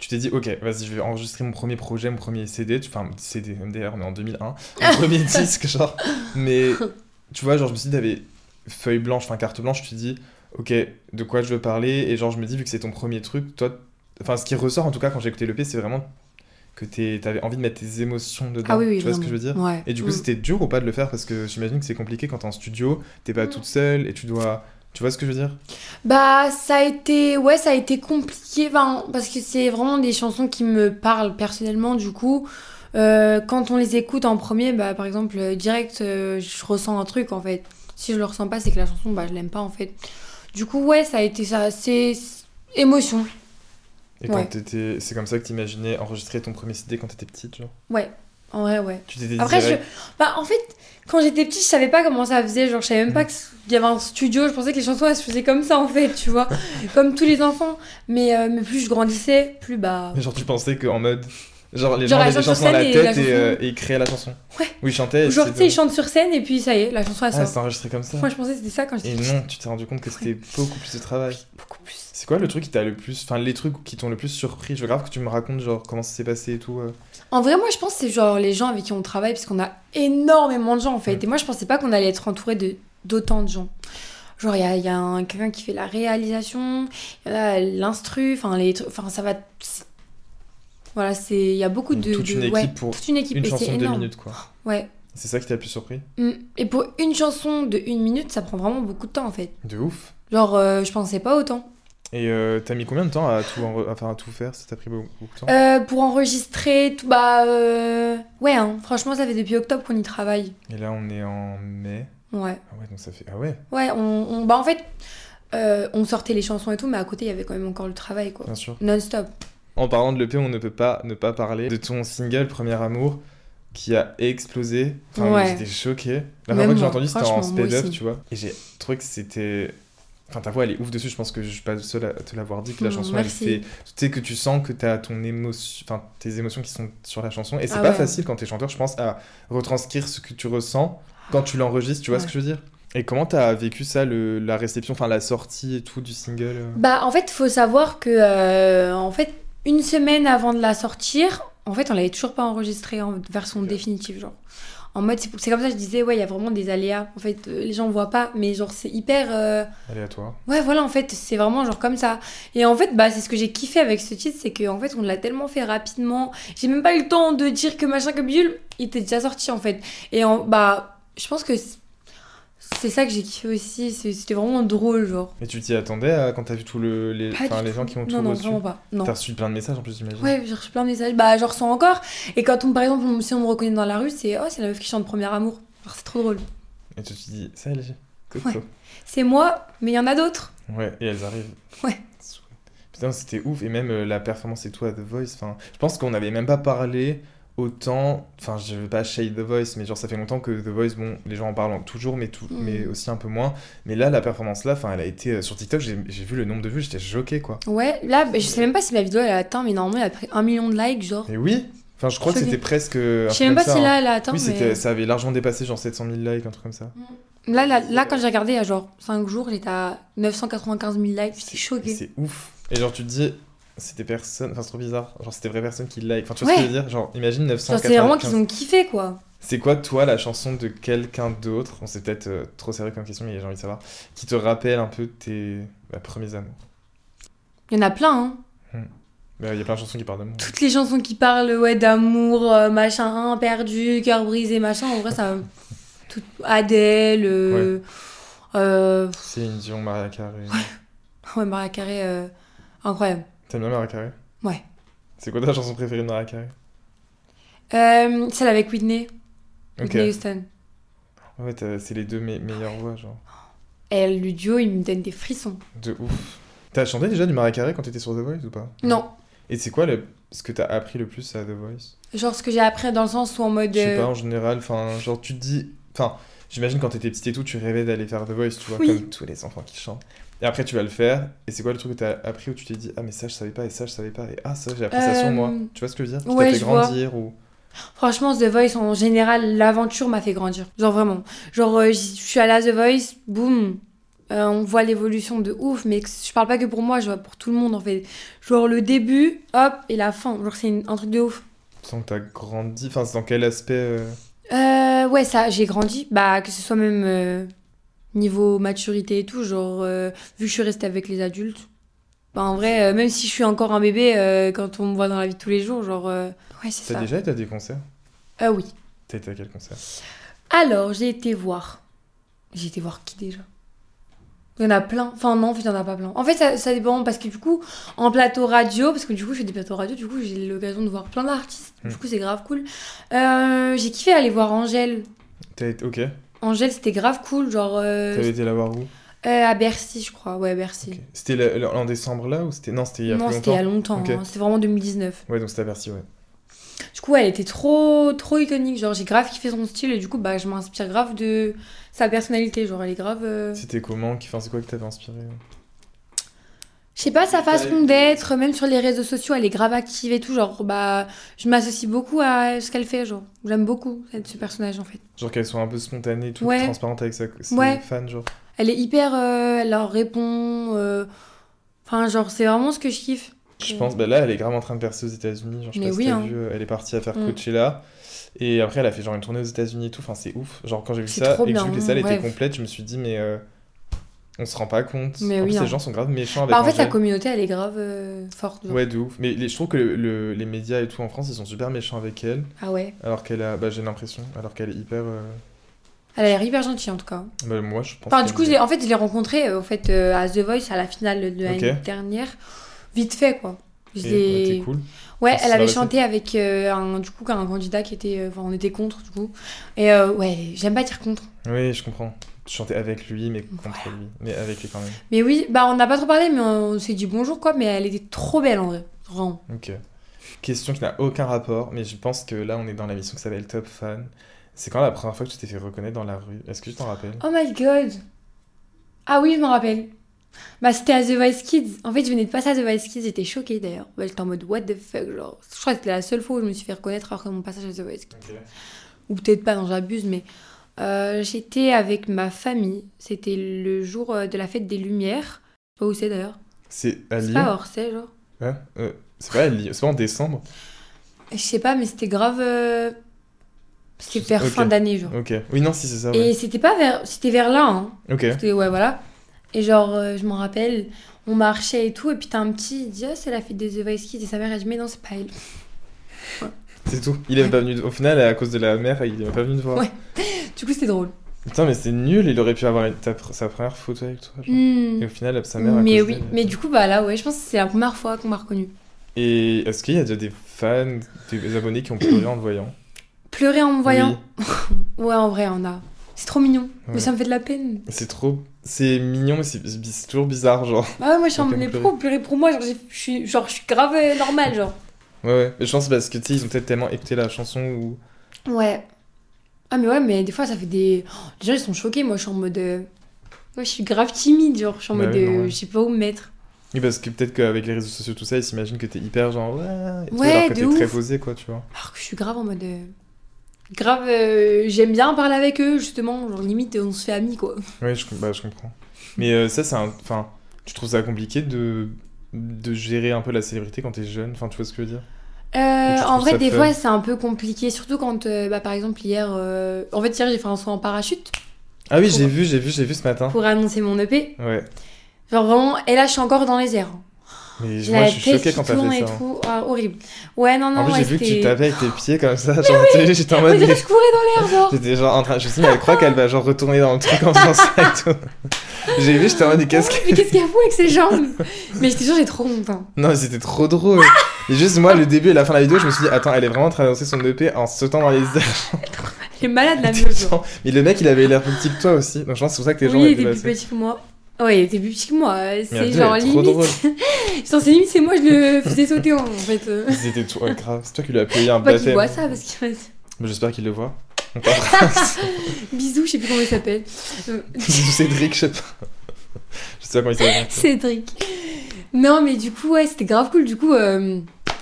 [SPEAKER 2] tu t'es dit ok, vas-y, je vais enregistrer mon premier projet, mon premier CD, tu- enfin CD MDR, mais en 2001,
[SPEAKER 3] (laughs)
[SPEAKER 2] mon premier disque genre. Mais tu vois, genre je me suis dit t'avais feuille blanche, enfin carte blanche, tu te dis ok, de quoi je veux parler et genre je me dis vu que c'est ton premier truc, toi, enfin ce qui ressort en tout cas quand j'ai écouté le P, c'est vraiment que t'es- t'avais envie de mettre tes émotions dedans.
[SPEAKER 3] Ah oui, oui.
[SPEAKER 2] tu vois ce que je
[SPEAKER 3] vraiment.
[SPEAKER 2] veux dire
[SPEAKER 3] Ouais.
[SPEAKER 2] et du coup,
[SPEAKER 3] Mm.
[SPEAKER 2] c'était dur ou pas de le faire parce que j'imagine que c'est compliqué quand t'es en studio, t'es
[SPEAKER 3] Mm.
[SPEAKER 2] pas toute seule et tu dois, tu vois ce que je veux dire
[SPEAKER 3] Bah, ça a été... Ouais, ça a été compliqué, enfin, parce que c'est vraiment des chansons qui me parlent personnellement, du coup... euh, quand on les écoute en premier, bah, par exemple, euh, direct, euh, je ressens un truc, en fait. Si je le ressens pas, c'est que la chanson, bah, je l'aime pas, en fait. Du coup, ouais, ça a été ça. C'est émotion.
[SPEAKER 2] Et quand
[SPEAKER 3] Ouais.
[SPEAKER 2] t'étais... C'est comme ça que t'imaginais enregistrer ton premier CD quand t'étais petite, genre
[SPEAKER 3] Ouais, en vrai, ouais.
[SPEAKER 2] Tu t'étais dit...
[SPEAKER 3] Après, je...
[SPEAKER 2] direct-
[SPEAKER 3] bah, en fait, quand j'étais petite, je savais pas comment ça faisait. Genre, je savais même
[SPEAKER 2] Mm.
[SPEAKER 3] pas qu'il y avait un studio. Je pensais que les chansons, elles se faisaient comme ça, en fait,
[SPEAKER 2] (laughs)
[SPEAKER 3] tu vois. comme tous les enfants. Mais, euh, mais plus je grandissais, plus bah.
[SPEAKER 2] Mais genre, tu pensais qu'en mode... Genre, les
[SPEAKER 3] Genre,
[SPEAKER 2] gens
[SPEAKER 3] la
[SPEAKER 2] avaient des
[SPEAKER 3] chanson
[SPEAKER 2] chansons dans la
[SPEAKER 3] scène et la
[SPEAKER 2] tête et,
[SPEAKER 3] chanson-
[SPEAKER 2] euh, et ils créaient la chanson.
[SPEAKER 3] Ouais.
[SPEAKER 2] Oui, ils chantaient. et
[SPEAKER 3] Genre, tu
[SPEAKER 2] c'était
[SPEAKER 3] sais, ils
[SPEAKER 2] de-
[SPEAKER 3] chantent sur scène et puis ça y est, la chanson, elle
[SPEAKER 2] Ah,
[SPEAKER 3] sort.
[SPEAKER 2] c'est enregistré comme ça.
[SPEAKER 3] Moi, je pensais que c'était ça quand j'étais
[SPEAKER 2] Et
[SPEAKER 3] petite.
[SPEAKER 2] non, tu t'es rendu compte que c'était beaucoup plus de travail.
[SPEAKER 3] Beaucoup plus.
[SPEAKER 2] C'est quoi le truc qui t'a le plus... Enfin, les trucs qui t'ont le plus surpris Je veux grave que tu me racontes, genre, comment ça s'est passé et tout. euh.
[SPEAKER 3] En vrai, moi, je pense que c'est genre les gens avec qui on travaille, parce qu'on a énormément de gens, en fait.
[SPEAKER 2] Mm.
[SPEAKER 3] Et moi, je pensais pas qu'on allait être entouré de d'autant de gens. Genre, il y a, il y a un- quelqu'un qui fait la réalisation, il y en a l'instru, enfin, les trucs- enfin, ça va... c'est- Voilà, c'est... Il y a beaucoup de...
[SPEAKER 2] Toute
[SPEAKER 3] de-
[SPEAKER 2] une équipe
[SPEAKER 3] ouais,
[SPEAKER 2] pour
[SPEAKER 3] toute une équipe,
[SPEAKER 2] Une
[SPEAKER 3] et
[SPEAKER 2] chanson
[SPEAKER 3] c'est
[SPEAKER 2] de deux
[SPEAKER 3] énorme.
[SPEAKER 2] minutes, quoi.
[SPEAKER 3] Ouais.
[SPEAKER 2] C'est ça qui t'a le plus surpris
[SPEAKER 3] Mm. Et pour une chanson de une minute, ça prend vraiment beaucoup de temps, en fait.
[SPEAKER 2] De ouf.
[SPEAKER 3] Genre, euh, je pensais pas autant.
[SPEAKER 2] Et euh, t'as mis combien de temps à tout, en- enfin, à tout faire Ça t'a pris beaucoup, beaucoup de temps
[SPEAKER 3] Euh, pour enregistrer, tout... Bah... euh, Ouais, hein, franchement, ça fait depuis octobre qu'on y travaille.
[SPEAKER 2] Et là, on est en mai.
[SPEAKER 3] Ouais.
[SPEAKER 2] Ah ouais, donc ça fait... Ah ouais
[SPEAKER 3] Ouais, on, on- bah en fait, euh, on sortait les chansons et tout, mais à côté, il y avait quand même encore le travail, quoi.
[SPEAKER 2] Bien sûr.
[SPEAKER 3] Non-stop.
[SPEAKER 2] En parlant de l'EP, on ne peut pas ne pas parler de ton single Premier Amour qui a explosé. Enfin,
[SPEAKER 3] Ouais.
[SPEAKER 2] j'étais choqué. La première fois
[SPEAKER 3] Même
[SPEAKER 2] que j'ai
[SPEAKER 3] moi,
[SPEAKER 2] entendu, c'était en
[SPEAKER 3] franchement, moi
[SPEAKER 2] speed up,
[SPEAKER 3] aussi.
[SPEAKER 2] tu vois. Et j'ai trouvé que c'était. Enfin, ta voix, elle est ouf dessus. Je pense que je suis pas le seul à te l'avoir dit. Que la
[SPEAKER 3] Mm,
[SPEAKER 2] chanson,
[SPEAKER 3] merci.
[SPEAKER 2] elle fait. Tu sais, que tu sens que t'as ton émotion. Enfin, tes émotions qui sont sur la chanson. Et c'est
[SPEAKER 3] Ah
[SPEAKER 2] pas
[SPEAKER 3] ouais.
[SPEAKER 2] facile quand t'es chanteur, je pense, à retranscrire ce que tu ressens quand tu l'enregistres. Tu vois ce
[SPEAKER 3] Ouais.
[SPEAKER 2] que je veux dire Et comment t'as vécu ça, le... la réception, enfin, la sortie et tout du single euh
[SPEAKER 3] Bah, en fait, faut savoir que, euh, en fait, une semaine avant de la sortir, en fait, on l'avait toujours pas enregistrée en version définitive, genre. En mode, c'est c'est comme ça que je disais, ouais, il y a vraiment des aléas. En fait, euh, les gens voient pas, mais genre, c'est hyper. euh,
[SPEAKER 2] Aléatoire.
[SPEAKER 3] Ouais, voilà, en fait, c'est vraiment genre comme ça. Et en fait, bah, c'est ce que j'ai kiffé avec ce titre, c'est qu'en fait, on l'a tellement fait rapidement. J'ai même pas eu le temps de dire que machin que bidule, il était déjà sorti, en fait. Et en, bah, je pense que c- C'est ça que j'ai kiffé aussi. c'est- C'était vraiment drôle, genre.
[SPEAKER 2] Mais tu t'y attendais euh, quand t'as vu tout le, les,
[SPEAKER 3] Pas
[SPEAKER 2] enfin,
[SPEAKER 3] du
[SPEAKER 2] les gens
[SPEAKER 3] tout.
[SPEAKER 2] qui ont tout
[SPEAKER 3] Non, non,
[SPEAKER 2] reçu
[SPEAKER 3] vraiment pas. Non.
[SPEAKER 2] T'as reçu plein de messages en plus, j'imagine.
[SPEAKER 3] Ouais, j'ai reçu plein de messages. Bah, je ressens encore. Et quand on, par exemple, on- si on me reconnaît dans la rue, c'est oh, c'est la meuf qui chante Premier Amour. Alors, c'est trop drôle.
[SPEAKER 2] Et tu te dis, ça, léger.
[SPEAKER 3] Ouais. C'est moi, mais il y en a d'autres.
[SPEAKER 2] Ouais, et elles arrivent.
[SPEAKER 3] Ouais.
[SPEAKER 2] Putain, c'était ouf. Et même euh, la performance et tout à The Voice. Enfin, je pense qu'on n'avait même pas parlé autant. Enfin, je veux pas shade The Voice, mais genre, ça fait longtemps que The Voice, bon, les gens en parlent toujours, mais, tout,
[SPEAKER 3] Mm.
[SPEAKER 2] mais aussi un peu moins. Mais là, la performance là, enfin, elle a été. euh, Sur TikTok, j'ai j'ai vu le nombre de vues, j'étais choqué, quoi.
[SPEAKER 3] Ouais, là, bah, je sais même pas si la vidéo elle a atteint, mais normalement, elle a pris un million de likes, genre.
[SPEAKER 2] Et oui! Enfin, je crois que
[SPEAKER 3] Choqué.
[SPEAKER 2] c'était presque. euh,
[SPEAKER 3] Je sais même pas si là, elle a atteint,
[SPEAKER 2] hein. Oui, c'était-
[SPEAKER 3] mais.
[SPEAKER 2] ça avait largement dépassé genre 700 000 likes, un truc comme ça.
[SPEAKER 3] Là, là, là, quand j'ai regardé, il y a genre 5 jours, j'étais à 995 000 likes. J'étais
[SPEAKER 2] Mais
[SPEAKER 3] choquée.
[SPEAKER 2] C'est ouf. Et genre, tu te dis, c'était personne. Enfin, c'est trop bizarre. Genre, c'était vraies personnes qui like. Enfin, tu vois ce que
[SPEAKER 3] Ouais.
[SPEAKER 2] je veux dire? Genre, imagine
[SPEAKER 3] Genre, c'est vraiment
[SPEAKER 2] 995
[SPEAKER 3] qu'ils ont kiffé, quoi.
[SPEAKER 2] C'est quoi, toi, la chanson de quelqu'un d'autre On s'est peut-être euh, trop sérieux comme question, mais j'ai envie de savoir. Qui te rappelle un peu tes bah, premiers amours
[SPEAKER 3] Il y en a plein, hein.
[SPEAKER 2] Bah, Il y a plein de chansons qui parlent
[SPEAKER 3] (laughs)
[SPEAKER 2] d'amour.
[SPEAKER 3] Toutes les chansons qui parlent ouais, d'amour, euh, machin, perdu, cœur brisé, machin, en vrai, ça. Tout... Adèle. euh, euh,
[SPEAKER 2] Céline Dion, Mariah Carey.
[SPEAKER 3] Ouais, Maria Carré, incroyable.
[SPEAKER 2] T'aimes bien Mariah Carey
[SPEAKER 3] Ouais.
[SPEAKER 2] C'est quoi ta chanson préférée de Mariah Carey
[SPEAKER 3] Euh, celle avec Whitney,
[SPEAKER 2] Ok.
[SPEAKER 3] Whitney Houston.
[SPEAKER 2] Ouais, t'as- euh, c'est les deux me- meilleures voix, genre.
[SPEAKER 3] Elle, le duo, il me donne des frissons.
[SPEAKER 2] De ouf. T'as chanté déjà du Mariah Carey quand t'étais sur The Voice ou pas
[SPEAKER 3] Non,
[SPEAKER 2] Et c'est quoi le... ce que t'as appris le plus à The Voice
[SPEAKER 3] genre ce que j'ai appris dans le sens où en mode.
[SPEAKER 2] Je sais
[SPEAKER 3] euh,
[SPEAKER 2] pas, en général, enfin, genre tu te dis. Enfin, j'imagine quand t'étais petite et tout, tu rêvais d'aller faire The Voice, tu vois,
[SPEAKER 3] Oui.
[SPEAKER 2] comme tous les enfants qui chantent. Et après, tu vas le faire, et c'est quoi le truc que t'as appris où tu t'es dit, ah, mais ça, je savais pas, et ça, je savais pas, et ah, ça, j'ai appris ça sur
[SPEAKER 3] Euh,
[SPEAKER 2] moi. Tu vois ce que je veux dire Tu
[SPEAKER 3] ouais,
[SPEAKER 2] t'as fait
[SPEAKER 3] je vois.
[SPEAKER 2] grandir ou.
[SPEAKER 3] Franchement, The Voice en général, l'aventure m'a fait grandir. Genre vraiment. Genre, euh, j'y- je suis allée à The Voice, boum. Euh, on voit l'évolution de ouf, mais que- je parle pas que pour moi, je vois pour tout le monde en fait. Genre le début, hop, et la fin. Genre c'est une- un truc de ouf.
[SPEAKER 2] Tu sens que t'as grandi. Enfin, c'est dans quel aspect euh,
[SPEAKER 3] Euh, ouais, ça, j'ai grandi. Bah, que ce soit même euh, niveau maturité et tout, genre, euh, vu que je suis restée avec les adultes. Bah, en vrai, euh, même si je suis encore un bébé, euh, quand on me voit dans la vie de tous les jours, genre, euh, ouais, c'est
[SPEAKER 2] T'as
[SPEAKER 3] ça.
[SPEAKER 2] déjà été à des concerts
[SPEAKER 3] Ah oui.
[SPEAKER 2] T'as été à quel concert
[SPEAKER 3] Alors, j'ai été voir. J'ai été voir qui déjà Il y en a plein. Enfin, non, en fait, il y en a pas plein. En fait, ça, ça dépend parce que du coup, en plateau radio, parce que du coup, je fais des plateaux radio, du coup, j'ai l'occasion de voir plein d'artistes.
[SPEAKER 2] Hmm.
[SPEAKER 3] Du coup, c'est grave cool. Euh, j'ai kiffé aller voir Angèle.
[SPEAKER 2] T'as été. Ok.
[SPEAKER 3] Euh, Angèle, c'était grave cool, genre euh,
[SPEAKER 2] T'avais été la voir où
[SPEAKER 3] euh, à Bercy, je crois. Ouais, à Bercy.
[SPEAKER 2] Ok. C'était le- le- en décembre là ou c'était. Non, c'était il y a
[SPEAKER 3] Non,
[SPEAKER 2] plus
[SPEAKER 3] c'était il y a
[SPEAKER 2] longtemps.
[SPEAKER 3] longtemps.
[SPEAKER 2] Ok.
[SPEAKER 3] hein. C'était vraiment 2019.
[SPEAKER 2] Ouais, donc c'était à Bercy, ouais.
[SPEAKER 3] Du coup, elle était trop, trop iconique. Genre, j'ai grave kiffé son style et du coup, bah, je m'inspire grave de sa personnalité. Genre, elle est grave. euh,
[SPEAKER 2] C'était comment qui- Enfin, c'est quoi qui t'avait inspiré ouais
[SPEAKER 3] Je sais pas, sa façon d'être, même sur les réseaux sociaux, elle est grave active et tout. Genre, bah, je m'associe beaucoup à ce qu'elle fait, genre. J'aime beaucoup cette- ce personnage, en fait.
[SPEAKER 2] Genre qu'elle soit un peu spontanée, toute
[SPEAKER 3] Ouais.
[SPEAKER 2] transparente avec sa, ses
[SPEAKER 3] Ouais.
[SPEAKER 2] fans, genre.
[SPEAKER 3] Elle est hyper. euh, elle leur répond. euh, Enfin, genre, c'est vraiment ce que je kiffe.
[SPEAKER 2] Je
[SPEAKER 3] Ouais.
[SPEAKER 2] pense, bah là, elle est grave en train de percer aux États-Unis. Genre, je sais
[SPEAKER 3] Mais
[SPEAKER 2] pas si
[SPEAKER 3] oui,
[SPEAKER 2] t'as
[SPEAKER 3] hein.
[SPEAKER 2] vu, euh, elle est partie à faire
[SPEAKER 3] Mm.
[SPEAKER 2] Coachella. Et après, elle a fait genre une tournée aux États-Unis et tout. Enfin, c'est ouf. Genre, quand j'ai vu
[SPEAKER 3] C'est
[SPEAKER 2] ça
[SPEAKER 3] trop
[SPEAKER 2] et que
[SPEAKER 3] bien,
[SPEAKER 2] j'ai vu que les salles
[SPEAKER 3] hein,
[SPEAKER 2] étaient
[SPEAKER 3] bref.
[SPEAKER 2] complètes, je me suis dit, mais euh, on se rend pas compte.
[SPEAKER 3] Mais
[SPEAKER 2] en
[SPEAKER 3] oui,
[SPEAKER 2] plus,
[SPEAKER 3] hein.
[SPEAKER 2] les gens sont grave méchants avec
[SPEAKER 3] Bah, en fait,
[SPEAKER 2] Angèle.
[SPEAKER 3] la communauté, elle est grave euh, forte. genre.
[SPEAKER 2] Ouais, de ouf. Mais les- je trouve que le- le- les médias et tout en France, ils sont super méchants avec elle.
[SPEAKER 3] Ah ouais.
[SPEAKER 2] Alors qu'elle a. Bah, j'ai l'impression. Alors qu'elle est hyper. euh,
[SPEAKER 3] Elle a l'air hyper gentille, en tout cas.
[SPEAKER 2] bah, moi, je pense.
[SPEAKER 3] Enfin,
[SPEAKER 2] qu'elle
[SPEAKER 3] du coup,
[SPEAKER 2] est-
[SPEAKER 3] je l'ai- en fait, je l'ai rencontrée euh, en fait, euh, à The Voice à la finale de l'année
[SPEAKER 2] Ok.
[SPEAKER 3] dernière. Vite fait, quoi. Je
[SPEAKER 2] Et-
[SPEAKER 3] l'ai-
[SPEAKER 2] ouais, t'es cool.
[SPEAKER 3] Ouais,
[SPEAKER 2] Ah, Ça
[SPEAKER 3] elle
[SPEAKER 2] va
[SPEAKER 3] avait
[SPEAKER 2] rester.
[SPEAKER 3] chanté avec euh, un, du coup, un candidat qui était. euh, Enfin, on était contre, du coup. Et euh, ouais, j'aime pas dire contre.
[SPEAKER 2] Oui, je comprends. Tu chantais avec lui, mais contre lui. Mais avec lui quand même.
[SPEAKER 3] Mais oui, bah, on n'a pas trop parlé, mais on s'est dit bonjour, quoi. Mais elle était trop belle, en vrai. Vraiment.
[SPEAKER 2] Ok. Question qui n'a aucun rapport, mais je pense que là, on est dans la mission qui s'appelle Top Fan. C'est quand la première fois que tu t'es fait reconnaître dans la rue Est-ce que tu t'en rappelles
[SPEAKER 3] Oh my god. Ah oui, je m'en rappelle. Bah, c'était à The Voice Kids. En fait, je venais de passer à The Voice Kids, j'étais choquée d'ailleurs. Bah, j'étais en mode what the fuck, genre. Je crois que c'était la seule fois où je me suis fait reconnaître après mon passage à The Voice Kids. Ou peut-être pas, non, j'abuse, mais. euh, j'étais avec ma famille. C'était le jour euh, de la fête des Lumières. Je sais pas où c'est d'ailleurs.
[SPEAKER 2] C'est à
[SPEAKER 3] C'est
[SPEAKER 2] Lyon
[SPEAKER 3] pas Orsay, genre.
[SPEAKER 2] Ouais, euh, C'est pas à Lyon, c'est pas en décembre
[SPEAKER 3] Je sais pas, mais c'était grave. euh, C'était
[SPEAKER 2] Je-
[SPEAKER 3] vers
[SPEAKER 2] ok.
[SPEAKER 3] fin d'année, genre.
[SPEAKER 2] Ok. Oui, non, si, c'est ça.
[SPEAKER 3] Et
[SPEAKER 2] ouais.
[SPEAKER 3] c'était pas vers. C'était vers là, hein.
[SPEAKER 2] Ok.
[SPEAKER 3] C'était, ouais, voilà. Et genre, euh, je m'en rappelle, on marchait et tout, et puis t'as un petit, il dit, Ah, c'est la fille des The Voice Kids, et sa mère, elle dit, mais non, c'est pas elle.
[SPEAKER 2] C'est tout. Il est pas venu. Au final, à cause de la mère, il est pas venu te voir.
[SPEAKER 3] Ouais. Du coup, c'était drôle.
[SPEAKER 2] Putain, mais c'est nul, il aurait pu avoir une- ta pr- sa première photo avec toi. genre.
[SPEAKER 3] Hmm.
[SPEAKER 2] Et au final, sa mère a
[SPEAKER 3] Mais
[SPEAKER 2] causé
[SPEAKER 3] oui,
[SPEAKER 2] la-
[SPEAKER 3] mais du coup, bah là, ouais, je pense que c'est la première fois qu'on m'a reconnu.
[SPEAKER 2] Et est-ce qu'il y a déjà des fans, des abonnés qui ont pleuré en le voyant
[SPEAKER 3] Pleurer en me voyant.
[SPEAKER 2] Oui.
[SPEAKER 3] Ouais, en vrai, on a. C'est trop mignon.
[SPEAKER 2] Ouais.
[SPEAKER 3] Mais ça me fait de la peine.
[SPEAKER 2] C'est trop. C'est mignon, mais c'est c'est- c'est toujours bizarre, genre.
[SPEAKER 3] Ah ouais, moi, je suis en
[SPEAKER 2] Ça
[SPEAKER 3] mode,
[SPEAKER 2] fait
[SPEAKER 3] mais
[SPEAKER 2] pleurer.
[SPEAKER 3] pourquoi vous pleurez pour moi genre, j'ai- je suis, genre, je suis grave euh, normale, genre.
[SPEAKER 2] Ouais, ouais. Mais je pense parce que tu sais, ils ont peut-être tellement écouté la chanson ou.
[SPEAKER 3] Ouais. Ah, mais ouais, mais des fois, ça fait des. Oh, les gens, ils sont choqués. Moi, je suis en mode. euh, Ouais, je suis grave timide, genre, je suis en
[SPEAKER 2] Bah
[SPEAKER 3] mode.
[SPEAKER 2] oui,
[SPEAKER 3] euh,
[SPEAKER 2] non, ouais.
[SPEAKER 3] Je sais pas où me mettre.
[SPEAKER 2] Oui, parce que peut-être qu'avec les réseaux sociaux, tout ça, ils s'imaginent que t'es hyper genre. Ouais, et tout,
[SPEAKER 3] Ouais,
[SPEAKER 2] alors que
[SPEAKER 3] de
[SPEAKER 2] t'es très
[SPEAKER 3] ouf.
[SPEAKER 2] posé, quoi, tu vois.
[SPEAKER 3] Alors que je suis grave en mode. euh, Grave, euh, j'aime bien parler avec eux, justement. Genre, limite, on se fait amis, quoi. Euh,
[SPEAKER 2] Ouais, je, com- bah, je comprends. Mais euh, ça, c'est un. Enfin, tu trouves ça compliqué de de gérer un peu la célébrité quand t'es jeune Enfin, tu vois ce que je veux dire
[SPEAKER 3] Euh,
[SPEAKER 2] tu
[SPEAKER 3] en
[SPEAKER 2] trouves
[SPEAKER 3] vrai,
[SPEAKER 2] ça
[SPEAKER 3] des
[SPEAKER 2] fun
[SPEAKER 3] fois, c'est un peu compliqué, surtout quand, euh, bah, par exemple, hier, euh, en fait, hier, j'ai fait un saut en parachute
[SPEAKER 2] Ah oui,
[SPEAKER 3] Pour-
[SPEAKER 2] j'ai vu, j'ai vu, j'ai vu ce matin.
[SPEAKER 3] pour annoncer mon EP.
[SPEAKER 2] Ouais.
[SPEAKER 3] Genre vraiment, et là, je suis encore dans les airs.
[SPEAKER 2] Mais je-
[SPEAKER 3] La
[SPEAKER 2] moi, je suis
[SPEAKER 3] tête
[SPEAKER 2] choquée
[SPEAKER 3] qui
[SPEAKER 2] quand t'as
[SPEAKER 3] tourne
[SPEAKER 2] fait
[SPEAKER 3] et
[SPEAKER 2] ça. hein.
[SPEAKER 3] tout, ah, horrible. Ouais, non, non,
[SPEAKER 2] En plus,
[SPEAKER 3] ouais,
[SPEAKER 2] j'ai vu que tu
[SPEAKER 3] c'était- (laughs)
[SPEAKER 2] tapais avec tes pieds comme ça, genre, tu sais, j'étais en
[SPEAKER 3] On
[SPEAKER 2] mode.
[SPEAKER 3] dirait que je courais dans l'air, genre.
[SPEAKER 2] J'étais genre en train. Je me suis dit, mais elle croit qu'elle va genre retourner dans le truc en faisant ça et tout. J'ai vu, j'étais en mode, mais qu'est-ce que.
[SPEAKER 3] Mais qu'est-ce qu'elle fout avec
[SPEAKER 2] (laughs)
[SPEAKER 3] ses jambes Mais j'étais sûre, j'ai trop honte. hein.
[SPEAKER 2] Non, mais c'était trop
[SPEAKER 3] (laughs)
[SPEAKER 2] drôle. Et juste, moi, le début et la fin de la vidéo, je me suis dit, attends, elle est vraiment en train d'annoncer son EP en sautant dans les airs.
[SPEAKER 3] Elle est malade,
[SPEAKER 2] (laughs)
[SPEAKER 3] la meuf, genre.
[SPEAKER 2] Genre, Mais le mec, il avait l'air plus petit que toi aussi. Donc, je pense que c'est pour ça que tes gens
[SPEAKER 3] Oui, il
[SPEAKER 2] étaient
[SPEAKER 3] était plus
[SPEAKER 2] passés.
[SPEAKER 3] petit que moi. Ouais, il était plus petit que moi. euh,
[SPEAKER 2] Mais elle
[SPEAKER 3] C'est
[SPEAKER 2] était
[SPEAKER 3] genre
[SPEAKER 2] trop
[SPEAKER 3] (laughs)
[SPEAKER 2] drôle.
[SPEAKER 3] limite. Genre, c'est limite, c'est moi, je le faisais sauter en en fait. euh.
[SPEAKER 2] Ils étaient tout. ouais, grave, Ah, bah, c'est toi qui lui as payé un
[SPEAKER 3] Faut Pas
[SPEAKER 2] baptême.
[SPEAKER 3] qu'il voit ça parce qu'il m'a-
[SPEAKER 2] Mais J'espère qu'il le voit. (laughs) On t'embrasse.
[SPEAKER 3] Bisous, je sais plus comment il s'appelle. Euh, (laughs)
[SPEAKER 2] Bisous, Cédric, je sais pas. (laughs) Je sais pas comment il s'appelle.
[SPEAKER 3] Cédric. Non, mais du coup, ouais, c'était grave cool. Du coup, euh,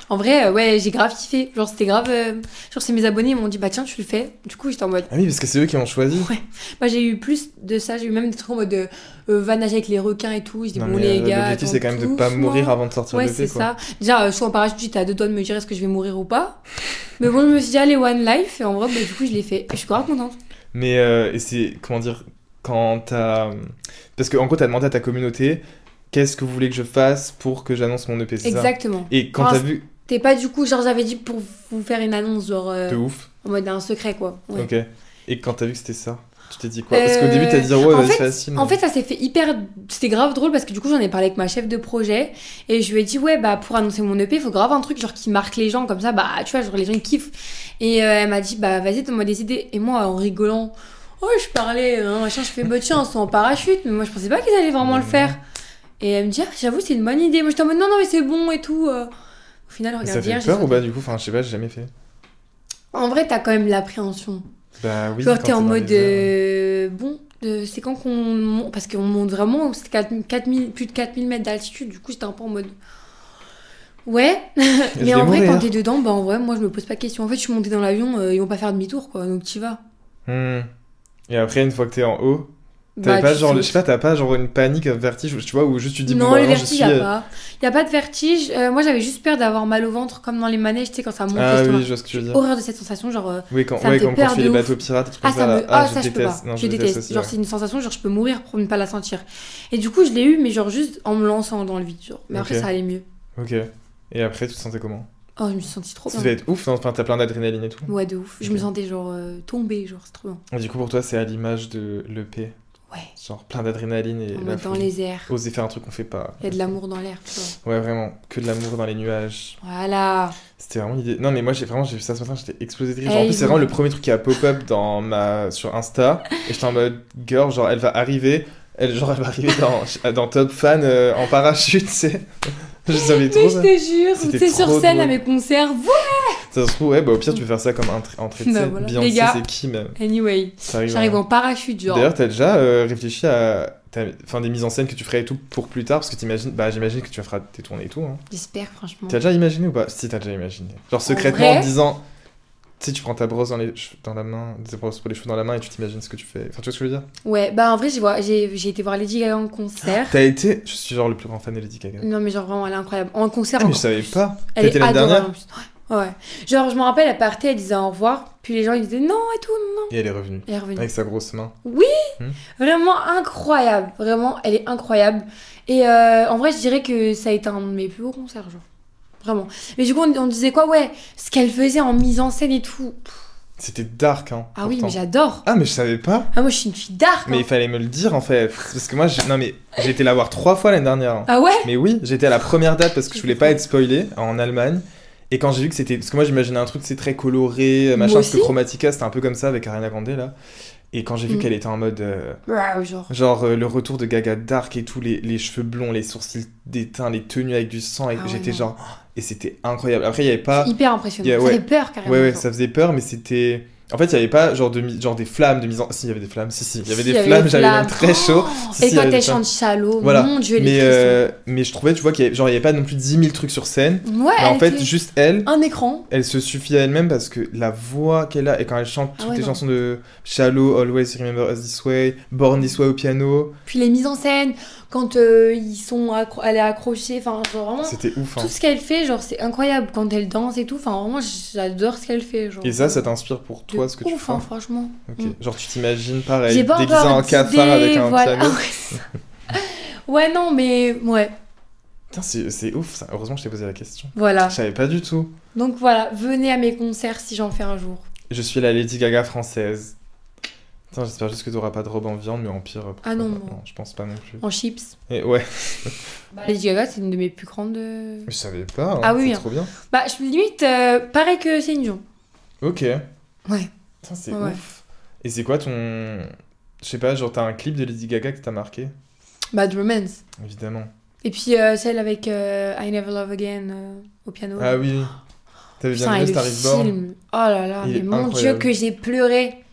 [SPEAKER 3] en vrai, euh, ouais, j'ai grave kiffé. Genre, c'était grave. euh, genre, c'est mes abonnés, ils m'ont dit, bah tiens, tu le fais. Du coup, j'étais en mode.
[SPEAKER 2] Ah oui, parce que c'est eux qui ont choisi.
[SPEAKER 3] Moi, j'ai eu plus de ça. J'ai eu même des trucs en mode de, euh, va nager avec les requins et tout. Je dis,
[SPEAKER 2] Non,
[SPEAKER 3] bon,
[SPEAKER 2] mais
[SPEAKER 3] les
[SPEAKER 2] euh,
[SPEAKER 3] gars.
[SPEAKER 2] l'objectif, c'est quand même de
[SPEAKER 3] attends,
[SPEAKER 2] pas
[SPEAKER 3] doucement.
[SPEAKER 2] mourir avant de sortir
[SPEAKER 3] Ouais,
[SPEAKER 2] de
[SPEAKER 3] c'est
[SPEAKER 2] l'EP, quoi.
[SPEAKER 3] ça. Déjà, euh, je suis en parachute, j'étais à deux doigts de me dire est-ce que je vais mourir ou pas. Mais bon, je me suis dit, allez, one life. Et en vrai, bah, du coup, je l'ai fait. Et je suis grave contente.
[SPEAKER 2] Mais euh, et c'est comment dire quand t'as parce que en gros t'as demandé à ta communauté qu'est-ce que vous voulez que je fasse pour que j'annonce mon EP c'est ça
[SPEAKER 3] Exactement.
[SPEAKER 2] et quand
[SPEAKER 3] Enfin,
[SPEAKER 2] t'as vu
[SPEAKER 3] T'es pas du coup, genre, j'avais dit pour vous faire une annonce, genre, euh,
[SPEAKER 2] de ouf
[SPEAKER 3] en mode un secret, quoi. Ouais.
[SPEAKER 2] ok et quand t'as vu que c'était ça tu t'es dit quoi parce qu'au début t'as dit ouais
[SPEAKER 3] Euh, en
[SPEAKER 2] vas-y,
[SPEAKER 3] fait-
[SPEAKER 2] facile
[SPEAKER 3] En fait, ça s'est fait hyper. C'était grave drôle parce que du coup, j'en ai parlé avec ma chef de projet et je lui ai dit, ouais, bah pour annoncer mon EP, il faut grave un truc genre qui marque les gens comme ça, bah tu vois, genre les gens ils kiffent. Et euh, elle m'a dit, bah vas-y, donne-moi des idées. Et moi, en rigolant, oh, je parlais, hein, machin, je fais, bah tiens, sont en parachute, mais moi je pensais pas qu'ils allaient vraiment le faire. Et elle me dit, ah, j'avoue, c'est une bonne idée. Moi j'étais en mode, non, non, mais c'est bon et tout. euh. Au final,
[SPEAKER 2] Et
[SPEAKER 3] regarde,
[SPEAKER 2] ça
[SPEAKER 3] hier,
[SPEAKER 2] fait
[SPEAKER 3] j'ai
[SPEAKER 2] peur ou
[SPEAKER 3] sauté.
[SPEAKER 2] pas du coup enfin je sais pas j'ai jamais fait
[SPEAKER 3] En vrai, t'as quand même l'appréhension.
[SPEAKER 2] bah oui
[SPEAKER 3] Genre,
[SPEAKER 2] quand
[SPEAKER 3] t'es en
[SPEAKER 2] dans les
[SPEAKER 3] mode.
[SPEAKER 2] airs.
[SPEAKER 3] euh, bon, euh, c'est quand qu'on monte. Parce qu'on monte vraiment, c'est 4 4000 plus de 4000 mètres d'altitude, du coup, j'étais un peu en mode. Ouais, (laughs)
[SPEAKER 2] Je vais
[SPEAKER 3] mais en vrai,
[SPEAKER 2] mourir.
[SPEAKER 3] quand t'es dedans, bah en vrai, moi, je me pose pas de questions. En fait, je suis montée dans l'avion, euh, ils vont pas faire demi-tour, quoi, donc t'y vas.
[SPEAKER 2] Hmm. et après une fois que t'es en haut
[SPEAKER 3] euh, Bah,
[SPEAKER 2] t'as pas
[SPEAKER 3] tu
[SPEAKER 2] genre le- je
[SPEAKER 3] sautes.
[SPEAKER 2] sais pas t'as pas genre une panique un vertige tu vois où juste tu dis bon
[SPEAKER 3] non,
[SPEAKER 2] bah,
[SPEAKER 3] le
[SPEAKER 2] non, je
[SPEAKER 3] vertige,
[SPEAKER 2] suis
[SPEAKER 3] y a
[SPEAKER 2] euh,
[SPEAKER 3] pas. Y a pas de vertige. Euh, moi, j'avais juste peur d'avoir mal au ventre, comme dans les manèges, tu sais, quand ça monte.
[SPEAKER 2] ah
[SPEAKER 3] l'estomac.
[SPEAKER 2] oui je vois ce que tu veux dire
[SPEAKER 3] Horreur de cette sensation, genre. euh,
[SPEAKER 2] oui quand
[SPEAKER 3] Oh, Ça me
[SPEAKER 2] ouais
[SPEAKER 3] fait
[SPEAKER 2] comme
[SPEAKER 3] peur
[SPEAKER 2] quand tu fais
[SPEAKER 3] de
[SPEAKER 2] les
[SPEAKER 3] ouf.
[SPEAKER 2] bateaux pirates et trucs
[SPEAKER 3] Ah,
[SPEAKER 2] comme
[SPEAKER 3] ça
[SPEAKER 2] là.
[SPEAKER 3] me...
[SPEAKER 2] Ah,
[SPEAKER 3] ah, ça, je peux pas.
[SPEAKER 2] déteste. Non,
[SPEAKER 3] je, déteste.
[SPEAKER 2] aussi,
[SPEAKER 3] Genre,
[SPEAKER 2] ouais.
[SPEAKER 3] c'est une sensation, genre, je peux mourir pour ne pas la sentir. Et du coup, je l'ai eu, mais genre, juste en me lançant dans le vide. Genre. Mais après,
[SPEAKER 2] Ok.
[SPEAKER 3] ça allait mieux.
[SPEAKER 2] Ok. Et après, tu te sentais comment
[SPEAKER 3] Oh, je me suis sentie trop
[SPEAKER 2] Ça
[SPEAKER 3] bien.
[SPEAKER 2] devait être ouf, non enfin, t'as plein d'adrénaline et tout.
[SPEAKER 3] Ouais, de ouf. Je me
[SPEAKER 2] Ok.
[SPEAKER 3] sentais, genre, euh, tombée, genre, c'est trop bien.
[SPEAKER 2] Et Du coup, pour toi, c'est à l'image de l'EP.
[SPEAKER 3] Ouais.
[SPEAKER 2] Genre plein d'adrénaline et
[SPEAKER 3] En
[SPEAKER 2] la
[SPEAKER 3] mode dans
[SPEAKER 2] folie.
[SPEAKER 3] les airs.
[SPEAKER 2] Oser faire un truc qu'on fait pas.
[SPEAKER 3] Il y a de l'amour dans l'air, tu vois.
[SPEAKER 2] Ouais, vraiment. Que de l'amour dans les nuages.
[SPEAKER 3] Voilà.
[SPEAKER 2] C'était vraiment l'idée. Non, mais moi, j'ai vraiment j'ai vu ça ce matin, j'étais explosé de rire. Genre,
[SPEAKER 3] Eh,
[SPEAKER 2] en plus,
[SPEAKER 3] ils
[SPEAKER 2] c'est
[SPEAKER 3] ont-
[SPEAKER 2] vraiment le premier truc qui a pop-up dans ma... sur Insta. Et j'étais en mode, girl, genre, elle va arriver. Elle, genre, elle va arriver dans, (laughs) dans Top Fan euh, en parachute, tu sais. (laughs) Je savais trop
[SPEAKER 3] Mais je
[SPEAKER 2] ça.
[SPEAKER 3] te jure,
[SPEAKER 2] C'était
[SPEAKER 3] c'est sur
[SPEAKER 2] trop
[SPEAKER 3] scène à
[SPEAKER 2] drôle.
[SPEAKER 3] mes concerts. vous-
[SPEAKER 2] Ça se trouve, ouais, bah au pire, tu peux faire ça comme un tr- entrée de
[SPEAKER 3] Bah
[SPEAKER 2] scène.
[SPEAKER 3] voilà. Les
[SPEAKER 2] Beyoncé,
[SPEAKER 3] gars.
[SPEAKER 2] c'est qui même
[SPEAKER 3] Anyway,
[SPEAKER 2] Ça arrive
[SPEAKER 3] j'arrive
[SPEAKER 2] en-
[SPEAKER 3] en parachute, genre.
[SPEAKER 2] D'ailleurs, t'as déjà euh, réfléchi à ta- enfin, des mises en scène que tu ferais et tout pour plus tard Parce que t'imagines, bah j'imagine que tu feras tes tournées et tout. Hein.
[SPEAKER 3] J'espère, franchement.
[SPEAKER 2] T'as déjà imaginé ou pas Si, t'as déjà imaginé. Genre secrètement
[SPEAKER 3] vrai
[SPEAKER 2] en disant, tu sais, tu prends ta brosse dans, les... che- dans la main, des brosses pour les cheveux dans la main et tu t'imagines ce que tu fais. Enfin, tu vois ce que je veux dire
[SPEAKER 3] Ouais, bah, en vrai, j'ai vois- j'ai j'ai été voir Lady Gaga en concert.
[SPEAKER 2] T'as été, je suis genre le plus grand fan de Lady Gaga.
[SPEAKER 3] Non, mais genre, vraiment, elle est incroyable. En concert,
[SPEAKER 2] Ah, mais je
[SPEAKER 3] encore
[SPEAKER 2] savais
[SPEAKER 3] plus.
[SPEAKER 2] pas.
[SPEAKER 3] Elle
[SPEAKER 2] T'étais
[SPEAKER 3] est
[SPEAKER 2] l'année
[SPEAKER 3] adorable
[SPEAKER 2] dernière
[SPEAKER 3] en plus. Ouais. ouais. Genre, je me rappelle, elle partait, elle disait au revoir, puis les gens ils disaient non et tout.
[SPEAKER 2] Et elle est revenue.
[SPEAKER 3] Elle est revenue.
[SPEAKER 2] Avec sa grosse main.
[SPEAKER 3] Vraiment incroyable, vraiment, elle est incroyable. Et euh, en vrai, je dirais que ça a été un de mes plus beaux concerts, genre. Vraiment. Mais du coup, on, on disait quoi Ouais, ce qu'elle faisait en mise en scène et tout. Pff,
[SPEAKER 2] C'était dark, hein.
[SPEAKER 3] Ah oui,
[SPEAKER 2] pourtant.
[SPEAKER 3] mais j'adore.
[SPEAKER 2] Ah, mais je savais pas.
[SPEAKER 3] Ah, moi, je suis une fille dark.
[SPEAKER 2] Mais
[SPEAKER 3] hein.
[SPEAKER 2] il fallait me le dire, en fait. Parce que moi, j'ai- non, mais j'ai été la voir trois fois l'année dernière. hein.
[SPEAKER 3] Ah ouais
[SPEAKER 2] Mais oui, j'étais à la première date parce que je voulais pas être spoilé en Allemagne. Et quand j'ai vu que c'était. Parce que moi j'imaginais un truc, c'est très coloré, euh, machin,
[SPEAKER 3] Moi
[SPEAKER 2] parce que
[SPEAKER 3] aussi. Mm.
[SPEAKER 2] Chromatica c'était un peu comme ça avec Ariana Grande là. Et quand j'ai vu qu'elle était en mode. euh,
[SPEAKER 3] Ouais, Genre.
[SPEAKER 2] genre euh, le retour de Gaga Dark et tout, les, les cheveux blonds, les sourcils déteints, les tenues avec du sang, et
[SPEAKER 3] Ah ouais,
[SPEAKER 2] j'étais
[SPEAKER 3] non.
[SPEAKER 2] genre. oh, Et c'était incroyable. Après il y avait pas.
[SPEAKER 3] Hyper impressionnant.
[SPEAKER 2] Yeah,
[SPEAKER 3] Ça
[SPEAKER 2] ouais.
[SPEAKER 3] fait peur carrément.
[SPEAKER 2] Ouais, ouais,
[SPEAKER 3] genre.
[SPEAKER 2] ça faisait peur, mais c'était. En fait, il n'y avait pas genre, de, mi- genre des flammes de mise en. Si, il y avait des flammes, si, si. Il y avait
[SPEAKER 3] Si,
[SPEAKER 2] des flammes, (laughs) j'avais
[SPEAKER 3] flammes.
[SPEAKER 2] même très chaud.
[SPEAKER 3] Oh
[SPEAKER 2] Si, si,
[SPEAKER 3] Et
[SPEAKER 2] il y
[SPEAKER 3] quand
[SPEAKER 2] avait
[SPEAKER 3] elle
[SPEAKER 2] des flammes.
[SPEAKER 3] chante Shallow,
[SPEAKER 2] Voilà.
[SPEAKER 3] mon dieu, les
[SPEAKER 2] mais,
[SPEAKER 3] frissons.
[SPEAKER 2] euh, mais je trouvais, tu vois, qu'il n'y avait, genre, il y avait pas non plus 10 000 trucs sur scène.
[SPEAKER 3] Ouais,
[SPEAKER 2] Mais en
[SPEAKER 3] elle
[SPEAKER 2] fait,
[SPEAKER 3] était-
[SPEAKER 2] juste elle,
[SPEAKER 3] un écran.
[SPEAKER 2] elle se suffit à elle-même parce que la voix qu'elle a, et quand elle chante
[SPEAKER 3] Ah
[SPEAKER 2] toutes
[SPEAKER 3] ouais,
[SPEAKER 2] les
[SPEAKER 3] non.
[SPEAKER 2] chansons de Shallow, Always Remember Us This Way, Born This Way au piano,
[SPEAKER 3] Puis les mises en scène, quand euh, ils sont accro- elle est accrochée, enfin genre vraiment
[SPEAKER 2] c'était ouf. hein.
[SPEAKER 3] tout ce qu'elle fait, genre c'est incroyable quand elle danse et tout. Enfin vraiment j'adore ce qu'elle fait. Genre,
[SPEAKER 2] Et ça, ça t'inspire pour
[SPEAKER 3] De
[SPEAKER 2] toi ce que tu
[SPEAKER 3] ouf,
[SPEAKER 2] fais
[SPEAKER 3] hein, franchement.
[SPEAKER 2] Ok.
[SPEAKER 3] Mm.
[SPEAKER 2] Genre, tu t'imagines pareil,
[SPEAKER 3] J'ai pas
[SPEAKER 2] déguisé
[SPEAKER 3] encore
[SPEAKER 2] en cafard avec
[SPEAKER 3] d'idée,
[SPEAKER 2] un
[SPEAKER 3] voilà.
[SPEAKER 2] piano.
[SPEAKER 3] (laughs) ouais non mais ouais
[SPEAKER 2] Putain, c'est c'est ouf ça. Heureusement que je t'ai posé la question.
[SPEAKER 3] voilà.
[SPEAKER 2] Je savais pas du tout.
[SPEAKER 3] Donc voilà, venez à mes concerts si j'en fais un jour.
[SPEAKER 2] Je suis la Lady Gaga française. Putain, j'espère juste que t'auras pas de robe en viande, mais en pire. pourquoi
[SPEAKER 3] Ah non,
[SPEAKER 2] pas.
[SPEAKER 3] non.
[SPEAKER 2] je pense pas non plus.
[SPEAKER 3] En chips.
[SPEAKER 2] Et ouais,
[SPEAKER 3] Bah, Lady Gaga c'est une de mes plus grandes. euh,
[SPEAKER 2] je savais pas. hein,
[SPEAKER 3] Ah oui,
[SPEAKER 2] C'est
[SPEAKER 3] hein.
[SPEAKER 2] trop bien.
[SPEAKER 3] Bah je me limite euh, pareil que Céline Dion.
[SPEAKER 2] Ok.
[SPEAKER 3] Ouais.
[SPEAKER 2] Putain, c'est
[SPEAKER 3] Ouais.
[SPEAKER 2] ouf. Et c'est quoi ton. Je sais pas, genre t'as un clip de Lady Gaga qui t'a marqué
[SPEAKER 3] Bad Bah, Romance.
[SPEAKER 2] Évidemment.
[SPEAKER 3] Et puis euh, celle avec euh, I Never Love Again euh, au piano.
[SPEAKER 2] Ah oui. T'avais bien
[SPEAKER 3] Putain,
[SPEAKER 2] aimé
[SPEAKER 3] et le
[SPEAKER 2] Star is Born
[SPEAKER 3] film. Oh là là,
[SPEAKER 2] Il est
[SPEAKER 3] mais mon
[SPEAKER 2] incroyable.
[SPEAKER 3] dieu que j'ai pleuré.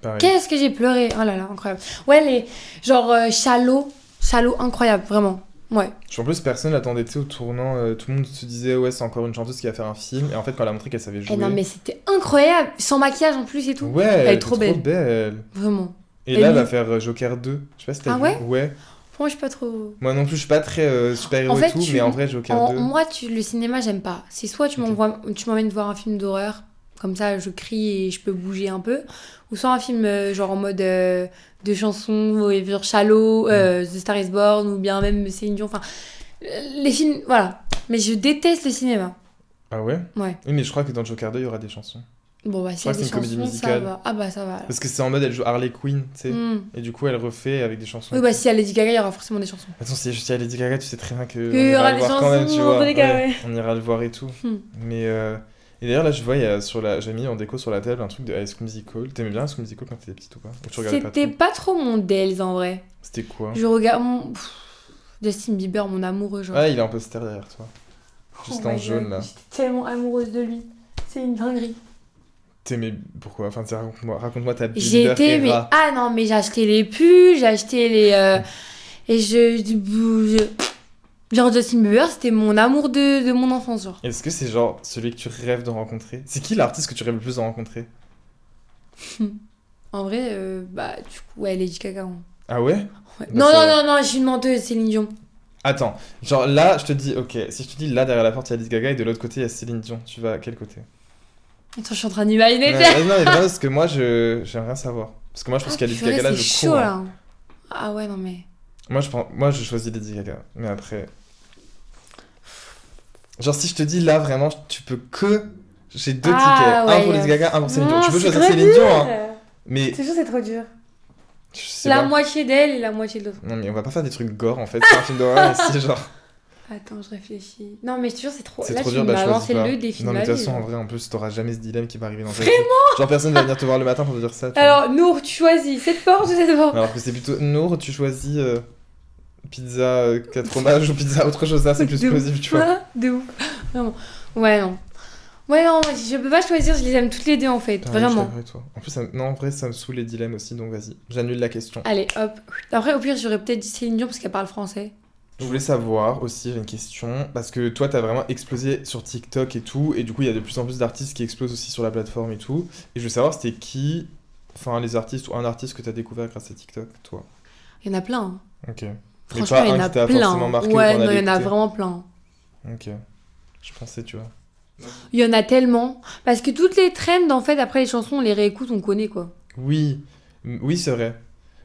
[SPEAKER 2] Pareil.
[SPEAKER 3] Qu'est-ce que j'ai pleuré. Oh là là, incroyable. Ouais, les genre euh, Shallow, Shallow incroyable vraiment. Ouais.
[SPEAKER 2] Je En plus, personne l'attendait, tu sais, au tournant. euh, tout le monde se disait, ouais, c'est encore une chanteuse qui va faire un film. Et en fait, quand elle a montré qu'elle savait
[SPEAKER 3] Et
[SPEAKER 2] jouer.
[SPEAKER 3] Eh non mais c'était incroyable, sans maquillage en plus et tout.
[SPEAKER 2] Ouais,
[SPEAKER 3] elle est trop belle.
[SPEAKER 2] belle.
[SPEAKER 3] Vraiment.
[SPEAKER 2] Et,
[SPEAKER 3] Et
[SPEAKER 2] là,
[SPEAKER 3] lui-
[SPEAKER 2] elle va faire euh, Joker 2. Je sais pas si t'as
[SPEAKER 3] Ah
[SPEAKER 2] vu.
[SPEAKER 3] ouais
[SPEAKER 2] Ouais.
[SPEAKER 3] Moi je suis pas trop
[SPEAKER 2] Moi non plus, je suis pas très super héros
[SPEAKER 3] En fait,
[SPEAKER 2] et tout,
[SPEAKER 3] tu-
[SPEAKER 2] mais en vrai, Joker
[SPEAKER 3] En-
[SPEAKER 2] 2.
[SPEAKER 3] moi tu le cinéma j'aime pas. C'est soit tu
[SPEAKER 2] Ok.
[SPEAKER 3] m'envoies tu m'emmènes voir un film d'horreur comme ça je crie et je peux bouger un peu ou soit un film euh, genre en mode euh, de chansons Forever Shallow,
[SPEAKER 2] Mm.
[SPEAKER 3] euh, The Star is Born ou bien même Céline Dion enfin euh, les films voilà. Mais je déteste le cinéma.
[SPEAKER 2] Ah ouais
[SPEAKER 3] Ouais.
[SPEAKER 2] Oui, mais je crois que dans Joker 2, il y aura des chansons.
[SPEAKER 3] Bon bah si
[SPEAKER 2] Ouais,
[SPEAKER 3] y a des
[SPEAKER 2] c'est une comédie
[SPEAKER 3] chansons ça
[SPEAKER 2] musicale.
[SPEAKER 3] va. Ah bah ça va. alors.
[SPEAKER 2] Parce que c'est en mode, elle joue Harley Quinn, tu sais.
[SPEAKER 3] Hmm.
[SPEAKER 2] Et du coup, elle refait avec des chansons.
[SPEAKER 3] Oui bah si y a Lady Gaga il y aura forcément des chansons.
[SPEAKER 2] Attends, si je suis à Lady Gaga, tu sais très bien que
[SPEAKER 3] Qu'il y aura des chansons, en tous les cas, ouais.
[SPEAKER 2] On ira le voir et tout.
[SPEAKER 3] Hmm.
[SPEAKER 2] Mais euh, et d'ailleurs là, je vois, il y a sur la, j'ai mis en déco sur la table un truc de High School Musical. T'aimais bien High School Musical quand t'étais petite ou pas Ou tu regardais pas
[SPEAKER 3] C'était
[SPEAKER 2] trop
[SPEAKER 3] pas trop mon Dells en vrai.
[SPEAKER 2] C'était quoi
[SPEAKER 3] Je regarde mon... Pff, Justin Bieber mon amoureux genre.
[SPEAKER 2] Ah, il est un poster derrière toi, juste
[SPEAKER 3] Oh
[SPEAKER 2] en
[SPEAKER 3] my
[SPEAKER 2] jaune
[SPEAKER 3] God,
[SPEAKER 2] là.
[SPEAKER 3] J'étais tellement amoureuse de lui. C'est une dinguerie.
[SPEAKER 2] T'aimais pourquoi Enfin, tiens, raconte-moi, raconte-moi ta
[SPEAKER 3] J'ai
[SPEAKER 2] Bieber
[SPEAKER 3] été, mais.
[SPEAKER 2] era.
[SPEAKER 3] Ah non, mais j'ai acheté les pulls, j'ai acheté les. euh, Et je... je- Genre Justin Bieber, c'était mon amour de, de mon enfance, genre.
[SPEAKER 2] Est-ce que c'est genre celui que tu rêves de rencontrer C'est qui l'artiste que tu rêves le plus de rencontrer
[SPEAKER 3] En vrai, euh, bah, du coup, ouais, Lady Gaga. hein.
[SPEAKER 2] Ah ouais
[SPEAKER 3] Ouais.
[SPEAKER 2] Bah,
[SPEAKER 3] Non,
[SPEAKER 2] c'est-
[SPEAKER 3] non, non, non, je suis une menteuse, Céline Dion.
[SPEAKER 2] Attends, genre là, je te dis, ok, si je te dis là derrière la porte, il y a Lady Gaga et de l'autre côté, il y a Céline Dion, tu vas à quel côté
[SPEAKER 3] Attends, je suis en train d'imaginer.
[SPEAKER 2] Ouais,
[SPEAKER 3] ça.
[SPEAKER 2] ouais, non, mais vraiment, parce que moi, je j'aimerais rien savoir. Parce que moi, je pense qu'à Lady
[SPEAKER 3] Ah, (laughs) Purée,
[SPEAKER 2] Gaga, là,
[SPEAKER 3] c'est
[SPEAKER 2] je
[SPEAKER 3] chaud,
[SPEAKER 2] cours.
[SPEAKER 3] là.
[SPEAKER 2] hein.
[SPEAKER 3] hein. Ah ouais, non, mais.
[SPEAKER 2] Moi, je prends... moi, je choisis Lady Gaga. Mais après... Genre, si je te dis, là, vraiment, je- tu peux que... J'ai deux
[SPEAKER 3] Ah,
[SPEAKER 2] tickets. un
[SPEAKER 3] ouais,
[SPEAKER 2] pour
[SPEAKER 3] euh.
[SPEAKER 2] Lady Gaga, un pour Ah, Céline Dion.
[SPEAKER 3] Non,
[SPEAKER 2] Tu peux
[SPEAKER 3] c'est
[SPEAKER 2] choisir
[SPEAKER 3] trop
[SPEAKER 2] Céline
[SPEAKER 3] dur.
[SPEAKER 2] Dion, hein. Mais...
[SPEAKER 3] C'est sûr, c'est trop dur.
[SPEAKER 2] Je sais
[SPEAKER 3] La
[SPEAKER 2] pas.
[SPEAKER 3] moitié d'elle et la moitié de l'autre.
[SPEAKER 2] Non, mais on va pas faire des trucs gore, en fait. C'est un film d'horreur, et si, genre...
[SPEAKER 3] Attends, je réfléchis. Non, mais je te jure, c'est trop.
[SPEAKER 2] C'est
[SPEAKER 3] Oh, Là,
[SPEAKER 2] trop
[SPEAKER 3] tu
[SPEAKER 2] dur, bah,
[SPEAKER 3] m'as
[SPEAKER 2] je
[SPEAKER 3] lancé
[SPEAKER 2] choisis pas.
[SPEAKER 3] le défi de
[SPEAKER 2] non, mais
[SPEAKER 3] ma
[SPEAKER 2] de toute
[SPEAKER 3] vie, hein.
[SPEAKER 2] façon,
[SPEAKER 3] là.
[SPEAKER 2] en vrai, en plus, t'auras jamais ce dilemme qui va arriver dans ta vie. Genre, personne va venir te voir le matin pour te dire ça. tu vois.
[SPEAKER 3] Alors, Nour, tu choisis cette porte ou cette porte
[SPEAKER 2] Alors que c'est plutôt Nour, tu choisis euh, pizza euh, quatre fromages ou pizza autre chose, là c'est plus
[SPEAKER 3] De ouf. hein,
[SPEAKER 2] plausible, tu vois.
[SPEAKER 3] De ouf. Vraiment. Ouais, non. Ouais, non, je peux pas choisir, je les aime toutes les deux en fait.
[SPEAKER 2] Putain, je
[SPEAKER 3] Vraiment.
[SPEAKER 2] t'aimerais, toi. En plus, ça me- non, en vrai, ça me saoule les dilemmes aussi, donc vas-y, j'annule la question.
[SPEAKER 3] Allez, hop. Après, au pire, j'aurais peut-être dit Céline Dion parce qu'elle parle français.
[SPEAKER 2] Je voulais savoir aussi, j'ai une question, parce que toi, t'as vraiment explosé sur TikTok et tout, et du coup, il y a de plus en plus d'artistes qui explosent aussi sur la plateforme et tout. Et je voulais savoir, c'était qui, enfin, les artistes ou un artiste que t'as découvert grâce à TikTok, toi
[SPEAKER 3] Il y en a plein. hein.
[SPEAKER 2] Ok. Mais
[SPEAKER 3] Franchement, il y en
[SPEAKER 2] un
[SPEAKER 3] a
[SPEAKER 2] qui t'a
[SPEAKER 3] plein. hein.
[SPEAKER 2] forcément marqué ou
[SPEAKER 3] Ouais,
[SPEAKER 2] qu'on
[SPEAKER 3] non,
[SPEAKER 2] allait
[SPEAKER 3] il y en a
[SPEAKER 2] écouter.
[SPEAKER 3] vraiment plein.
[SPEAKER 2] Ok. Je pensais, tu vois.
[SPEAKER 3] Il y en a tellement. Parce que toutes les trends, en fait, après les chansons, on les réécoute, on connaît quoi.
[SPEAKER 2] Oui, M- oui, c'est vrai.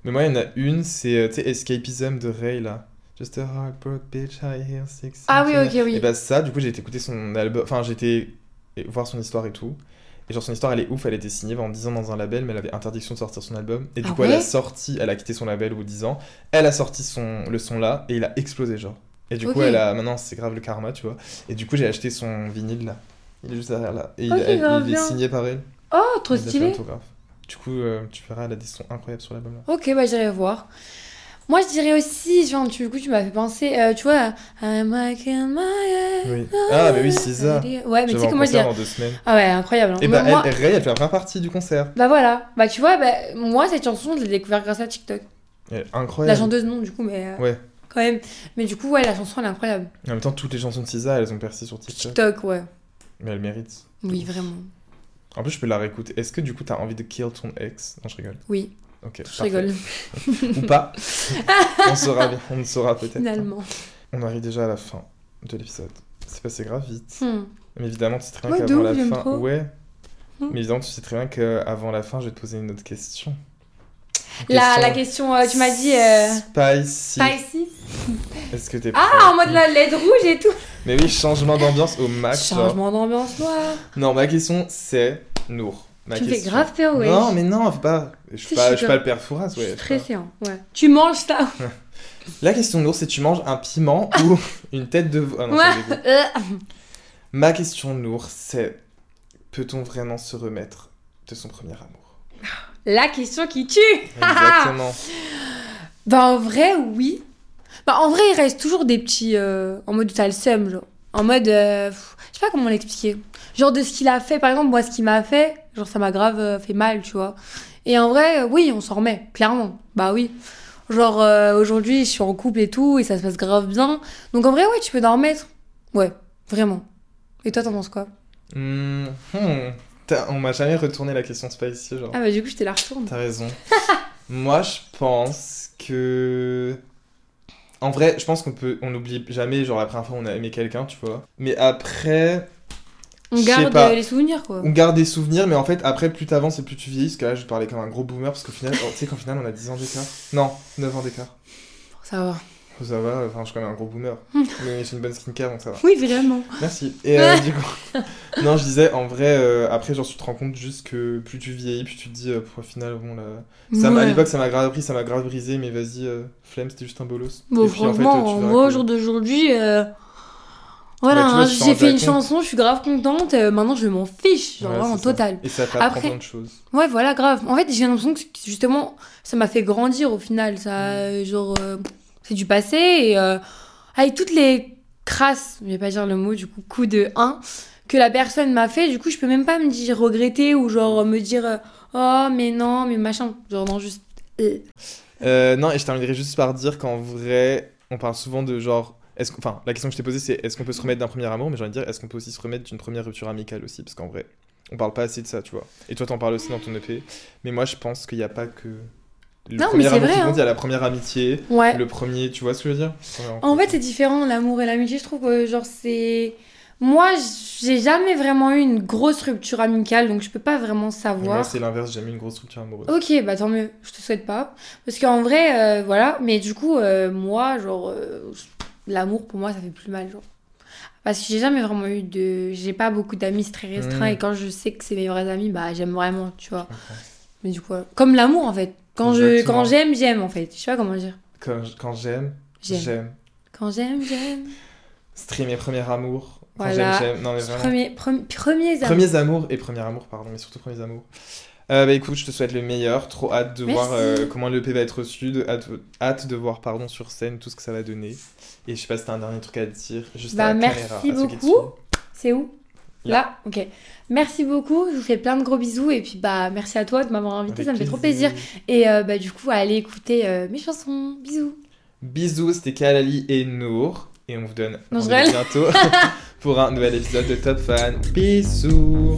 [SPEAKER 2] Mais moi, il y en a une, c'est euh, tu sais, Escapism de Ray, là. Just a heartbroken bitch, I hear six.
[SPEAKER 3] Ah oui,
[SPEAKER 2] cents.
[SPEAKER 3] ok, oui.
[SPEAKER 2] Et bah, ça, du coup, j'ai été écouter son album, enfin, j'ai été voir son histoire et tout. Et genre son histoire elle est ouf, elle était signée pendant 10 ans dans un label, mais elle avait interdiction de sortir son album. Et du
[SPEAKER 3] Ah
[SPEAKER 2] coup elle a
[SPEAKER 3] ouais
[SPEAKER 2] sorti, elle a quitté son label au bout de 10 ans, elle a sorti son, le son là et il a explosé genre. Et du coup
[SPEAKER 3] Ok.
[SPEAKER 2] elle a, maintenant c'est grave le karma tu vois. Et du coup j'ai acheté son vinyle là, il est juste derrière là. Et il,
[SPEAKER 3] Ok,
[SPEAKER 2] elle-
[SPEAKER 3] grave
[SPEAKER 2] il est
[SPEAKER 3] bien.
[SPEAKER 2] signé par elle.
[SPEAKER 3] Oh, trop
[SPEAKER 2] Elle a fait
[SPEAKER 3] stylé.
[SPEAKER 2] l'autographe. Du coup euh, tu verras, elle a des sons incroyables sur l'album là.
[SPEAKER 3] Ok, bah j'irai voir. Moi, je dirais aussi, genre, tu- du coup, tu m'as fait penser, euh, tu vois, I'm making my head.
[SPEAKER 2] Oui. Ah mais oui c'est ça.
[SPEAKER 3] Ouais, ah, mais tu sais
[SPEAKER 2] J'avais un
[SPEAKER 3] comment je
[SPEAKER 2] concert
[SPEAKER 3] dirais.
[SPEAKER 2] dans deux semaines.
[SPEAKER 3] Ah ouais, incroyable. hein.
[SPEAKER 2] Et
[SPEAKER 3] Mais
[SPEAKER 2] bah
[SPEAKER 3] moi-
[SPEAKER 2] elle, Ray elle fait la première partie du concert.
[SPEAKER 3] Bah voilà, bah tu vois, bah, moi cette chanson je l'ai découverte grâce à TikTok.
[SPEAKER 2] Elle est
[SPEAKER 3] La
[SPEAKER 2] incroyable.
[SPEAKER 3] chanteuse non du coup, mais euh,
[SPEAKER 2] Ouais.
[SPEAKER 3] quand même. Mais du coup ouais, la chanson elle est incroyable.
[SPEAKER 2] En même temps, toutes les chansons de Cisa, elles ont percé sur TikTok.
[SPEAKER 3] TikTok ouais,
[SPEAKER 2] Mais elles méritent.
[SPEAKER 3] oui vraiment,
[SPEAKER 2] En plus, je peux la réécouter. Est-ce que du coup, t'as envie de kill ton ex Non, je rigole.
[SPEAKER 3] oui,
[SPEAKER 2] Ok.
[SPEAKER 3] je rigole
[SPEAKER 2] Ou
[SPEAKER 3] (laughs)
[SPEAKER 2] pas. on saura bien. On le saura peut-être.
[SPEAKER 3] finalement.
[SPEAKER 2] On arrive déjà à la fin de l'épisode. C'est passé grave vite.
[SPEAKER 3] Hmm.
[SPEAKER 2] Mais évidemment, tu sais très
[SPEAKER 3] Moi,
[SPEAKER 2] bien
[SPEAKER 3] de
[SPEAKER 2] qu'avant
[SPEAKER 3] ouf,
[SPEAKER 2] la
[SPEAKER 3] j'aime
[SPEAKER 2] fin.
[SPEAKER 3] trop.
[SPEAKER 2] Ouais.
[SPEAKER 3] Hmm.
[SPEAKER 2] Mais évidemment, tu sais très bien qu'avant la fin, je vais te poser une autre question. Une
[SPEAKER 3] La, la question, euh, tu m'as dit euh,
[SPEAKER 2] Spicy.
[SPEAKER 3] spicy.
[SPEAKER 2] Est-ce que t'es prêt
[SPEAKER 3] Ah en mode la LED rouge et tout.
[SPEAKER 2] Mais oui, changement d'ambiance au max. genre.
[SPEAKER 3] Changement d'ambiance noire.
[SPEAKER 2] Non, ma question, c'est Nour. Ma
[SPEAKER 3] Tu me fais
[SPEAKER 2] question.
[SPEAKER 3] grave peur ouais.
[SPEAKER 2] Non, mais non, faut pas. Je suis
[SPEAKER 3] Si,
[SPEAKER 2] pas, je
[SPEAKER 3] je suis
[SPEAKER 2] suis
[SPEAKER 3] comme-
[SPEAKER 2] pas le père Fouras,
[SPEAKER 3] Je suis
[SPEAKER 2] ouais.
[SPEAKER 3] très séant, ouais. Tu manges ça
[SPEAKER 2] La question de Nour, c'est tu manges un piment ou (laughs) une tête de veau Ah non,
[SPEAKER 3] Ah. Ouais.
[SPEAKER 2] ça dégoûte.
[SPEAKER 3] Euh,
[SPEAKER 2] Ma question de Nour, c'est peut-on vraiment se remettre de son premier
[SPEAKER 3] (laughs)
[SPEAKER 2] amour
[SPEAKER 3] La question qui tue. (laughs)
[SPEAKER 2] Exactement.
[SPEAKER 3] Bah en vrai, oui. Bah en vrai, il reste toujours des petits... euh, en mode, t'as le seum, genre. En mode... euh, pff, je sais pas comment l'expliquer. Genre de ce qu'il a fait, par exemple, moi, ce qu'il m'a fait, genre ça m'a grave euh, fait mal, tu vois. Et en vrai, euh, oui, on s'en remet, clairement. Bah oui. Genre, euh, aujourd'hui, je suis en couple et tout, et ça se passe grave bien. Donc en vrai, ouais, tu peux t'en remettre. Ouais, vraiment. Et toi, t'en penses quoi
[SPEAKER 2] Hmm, hmm. T'as- On m'a jamais retourné la question spicy, genre.
[SPEAKER 3] Ah bah du coup, je te la retourne.
[SPEAKER 2] T'as raison. (laughs) Moi, je pense que. En vrai, je pense qu'on peut, on n'oublie jamais genre la première fois où on a aimé quelqu'un, tu vois. Mais après,
[SPEAKER 3] On
[SPEAKER 2] Je sais
[SPEAKER 3] garde
[SPEAKER 2] pas.
[SPEAKER 3] euh, les souvenirs, quoi.
[SPEAKER 2] On garde des souvenirs, mais en fait, après, plus t'avances et plus tu vieillis, parce que là, je parlais comme un gros boomer, parce qu'au final, oh, tu sais qu'au final, on a 10 ans d'écart. Non, 9 ans d'écart.
[SPEAKER 3] Ça va.
[SPEAKER 2] Oh, Ça va, enfin, je suis quand même un gros boomer. mais j'ai une bonne skincare, donc ça va.
[SPEAKER 3] Oui, vraiment.
[SPEAKER 2] Merci. Et
[SPEAKER 3] (laughs)
[SPEAKER 2] euh, du coup, (laughs) non, je disais, en vrai, euh, après, genre, tu te rends compte juste que plus tu vieillis, plus tu te dis, euh, pour au final, bon, là. Ça m'a- À
[SPEAKER 3] Ouais.
[SPEAKER 2] l'époque, ça m'a grave pris, ça m'a grave brisé, mais vas-y, euh, flemme, c'était juste un bolos.
[SPEAKER 3] Bon,
[SPEAKER 2] Et puis, en fait,
[SPEAKER 3] franchement,
[SPEAKER 2] euh, tu
[SPEAKER 3] en
[SPEAKER 2] verras
[SPEAKER 3] vrai,
[SPEAKER 2] que-
[SPEAKER 3] au jour d'aujourd'hui, euh, voilà,
[SPEAKER 2] Bah, tu vois,
[SPEAKER 3] hein,
[SPEAKER 2] tu t'en rends
[SPEAKER 3] j'ai fait une
[SPEAKER 2] compte.
[SPEAKER 3] chanson, je suis grave contente, euh, maintenant je m'en fiche, genre
[SPEAKER 2] Ouais,
[SPEAKER 3] vraiment
[SPEAKER 2] c'est ça.
[SPEAKER 3] total.
[SPEAKER 2] Et ça t'apprend
[SPEAKER 3] Après-
[SPEAKER 2] plein de choses.
[SPEAKER 3] Ouais, voilà, grave. En fait, j'ai l'impression que justement, ça m'a fait grandir au final, ça,
[SPEAKER 2] Mm.
[SPEAKER 3] euh, genre, euh, c'est du passé, et euh, avec toutes les crasses, je vais pas dire le mot, du coup, coup de 1, que la personne m'a fait, du coup, je peux même pas me dire regretter ou genre me dire, euh, oh, mais non, mais machin, genre, non, juste. euh.
[SPEAKER 2] Euh, non, et je terminerai juste par dire qu'en vrai, on parle souvent de genre. Est-ce qu'on- enfin, la question que je t'ai posée, c'est est-ce qu'on peut se remettre d'un premier amour Mais j'ai envie de dire, est-ce qu'on peut aussi se remettre d'une première rupture amicale aussi Parce qu'en vrai, on parle pas assez de ça, tu vois. Et toi, t'en parles aussi dans ton EP. Mais moi, je pense qu'il n'y a pas que. Le
[SPEAKER 3] Non, mais
[SPEAKER 2] premier
[SPEAKER 3] c'est
[SPEAKER 2] amour
[SPEAKER 3] vrai,
[SPEAKER 2] qui
[SPEAKER 3] hein.
[SPEAKER 2] compte, il y a la première amitié,
[SPEAKER 3] Ouais.
[SPEAKER 2] le premier. Tu vois ce que je veux dire Ouais,
[SPEAKER 3] En fait, c'est différent, l'amour et l'amitié. Je trouve que, genre, c'est. Moi, j'ai jamais vraiment eu une grosse rupture amicale, donc je peux pas vraiment
[SPEAKER 2] Mais Moi,
[SPEAKER 3] savoir.
[SPEAKER 2] c'est l'inverse, j'ai jamais eu une grosse structure amoureuse.
[SPEAKER 3] Ok, bah tant mieux, je te souhaite pas. Parce qu'en vrai, euh, voilà, mais du coup, euh, moi, genre, euh, l'amour pour moi, ça fait plus mal, genre. Parce que j'ai jamais vraiment eu de. J'ai pas beaucoup d'amis, c'est très restreint,
[SPEAKER 2] Mm.
[SPEAKER 3] et quand je sais que c'est mes vrais amis, bah j'aime vraiment, tu vois. Mais du coup, euh, comme l'amour en fait. Quand je
[SPEAKER 2] Exactement.
[SPEAKER 3] quand j'aime, j'aime en fait. Je sais pas comment dire.
[SPEAKER 2] Quand, quand j'aime,
[SPEAKER 3] J'aime.
[SPEAKER 2] j'aime.
[SPEAKER 3] Quand j'aime, j'aime.
[SPEAKER 2] Streamer premier amour. Quand
[SPEAKER 3] Voilà.
[SPEAKER 2] j'aime, j'aime. Non, mais vraiment.
[SPEAKER 3] Premier, premier, premiers amours.
[SPEAKER 2] Premiers amours et premier amour, pardon, mais surtout premiers amours. Euh, bah écoute, je te souhaite le meilleur. Trop hâte de
[SPEAKER 3] Merci.
[SPEAKER 2] voir euh, comment l'EP va être reçu. de- hâte, hâte de voir pardon, sur scène tout ce que ça va donner. Et je sais pas si t'as un dernier truc à dire. Juste à la
[SPEAKER 3] Bah,
[SPEAKER 2] caméra,
[SPEAKER 3] merci
[SPEAKER 2] à ceux qui te
[SPEAKER 3] beaucoup.
[SPEAKER 2] suivent.
[SPEAKER 3] C'est où
[SPEAKER 2] Là.
[SPEAKER 3] Là, ok. Merci beaucoup, je vous fais plein de gros bisous et puis bah merci à toi de m'avoir invité,
[SPEAKER 2] Avec
[SPEAKER 3] ça me fait trop plaisir. Et euh, bah du coup, allez écouter euh, mes chansons. Bisous.
[SPEAKER 2] Bisous, c'était Kalali et Nour. Et on vous donne
[SPEAKER 3] Non, je
[SPEAKER 2] rendez-vous bientôt
[SPEAKER 3] (laughs)
[SPEAKER 2] (laughs) pour un nouvel épisode de Top Fan. Bisous.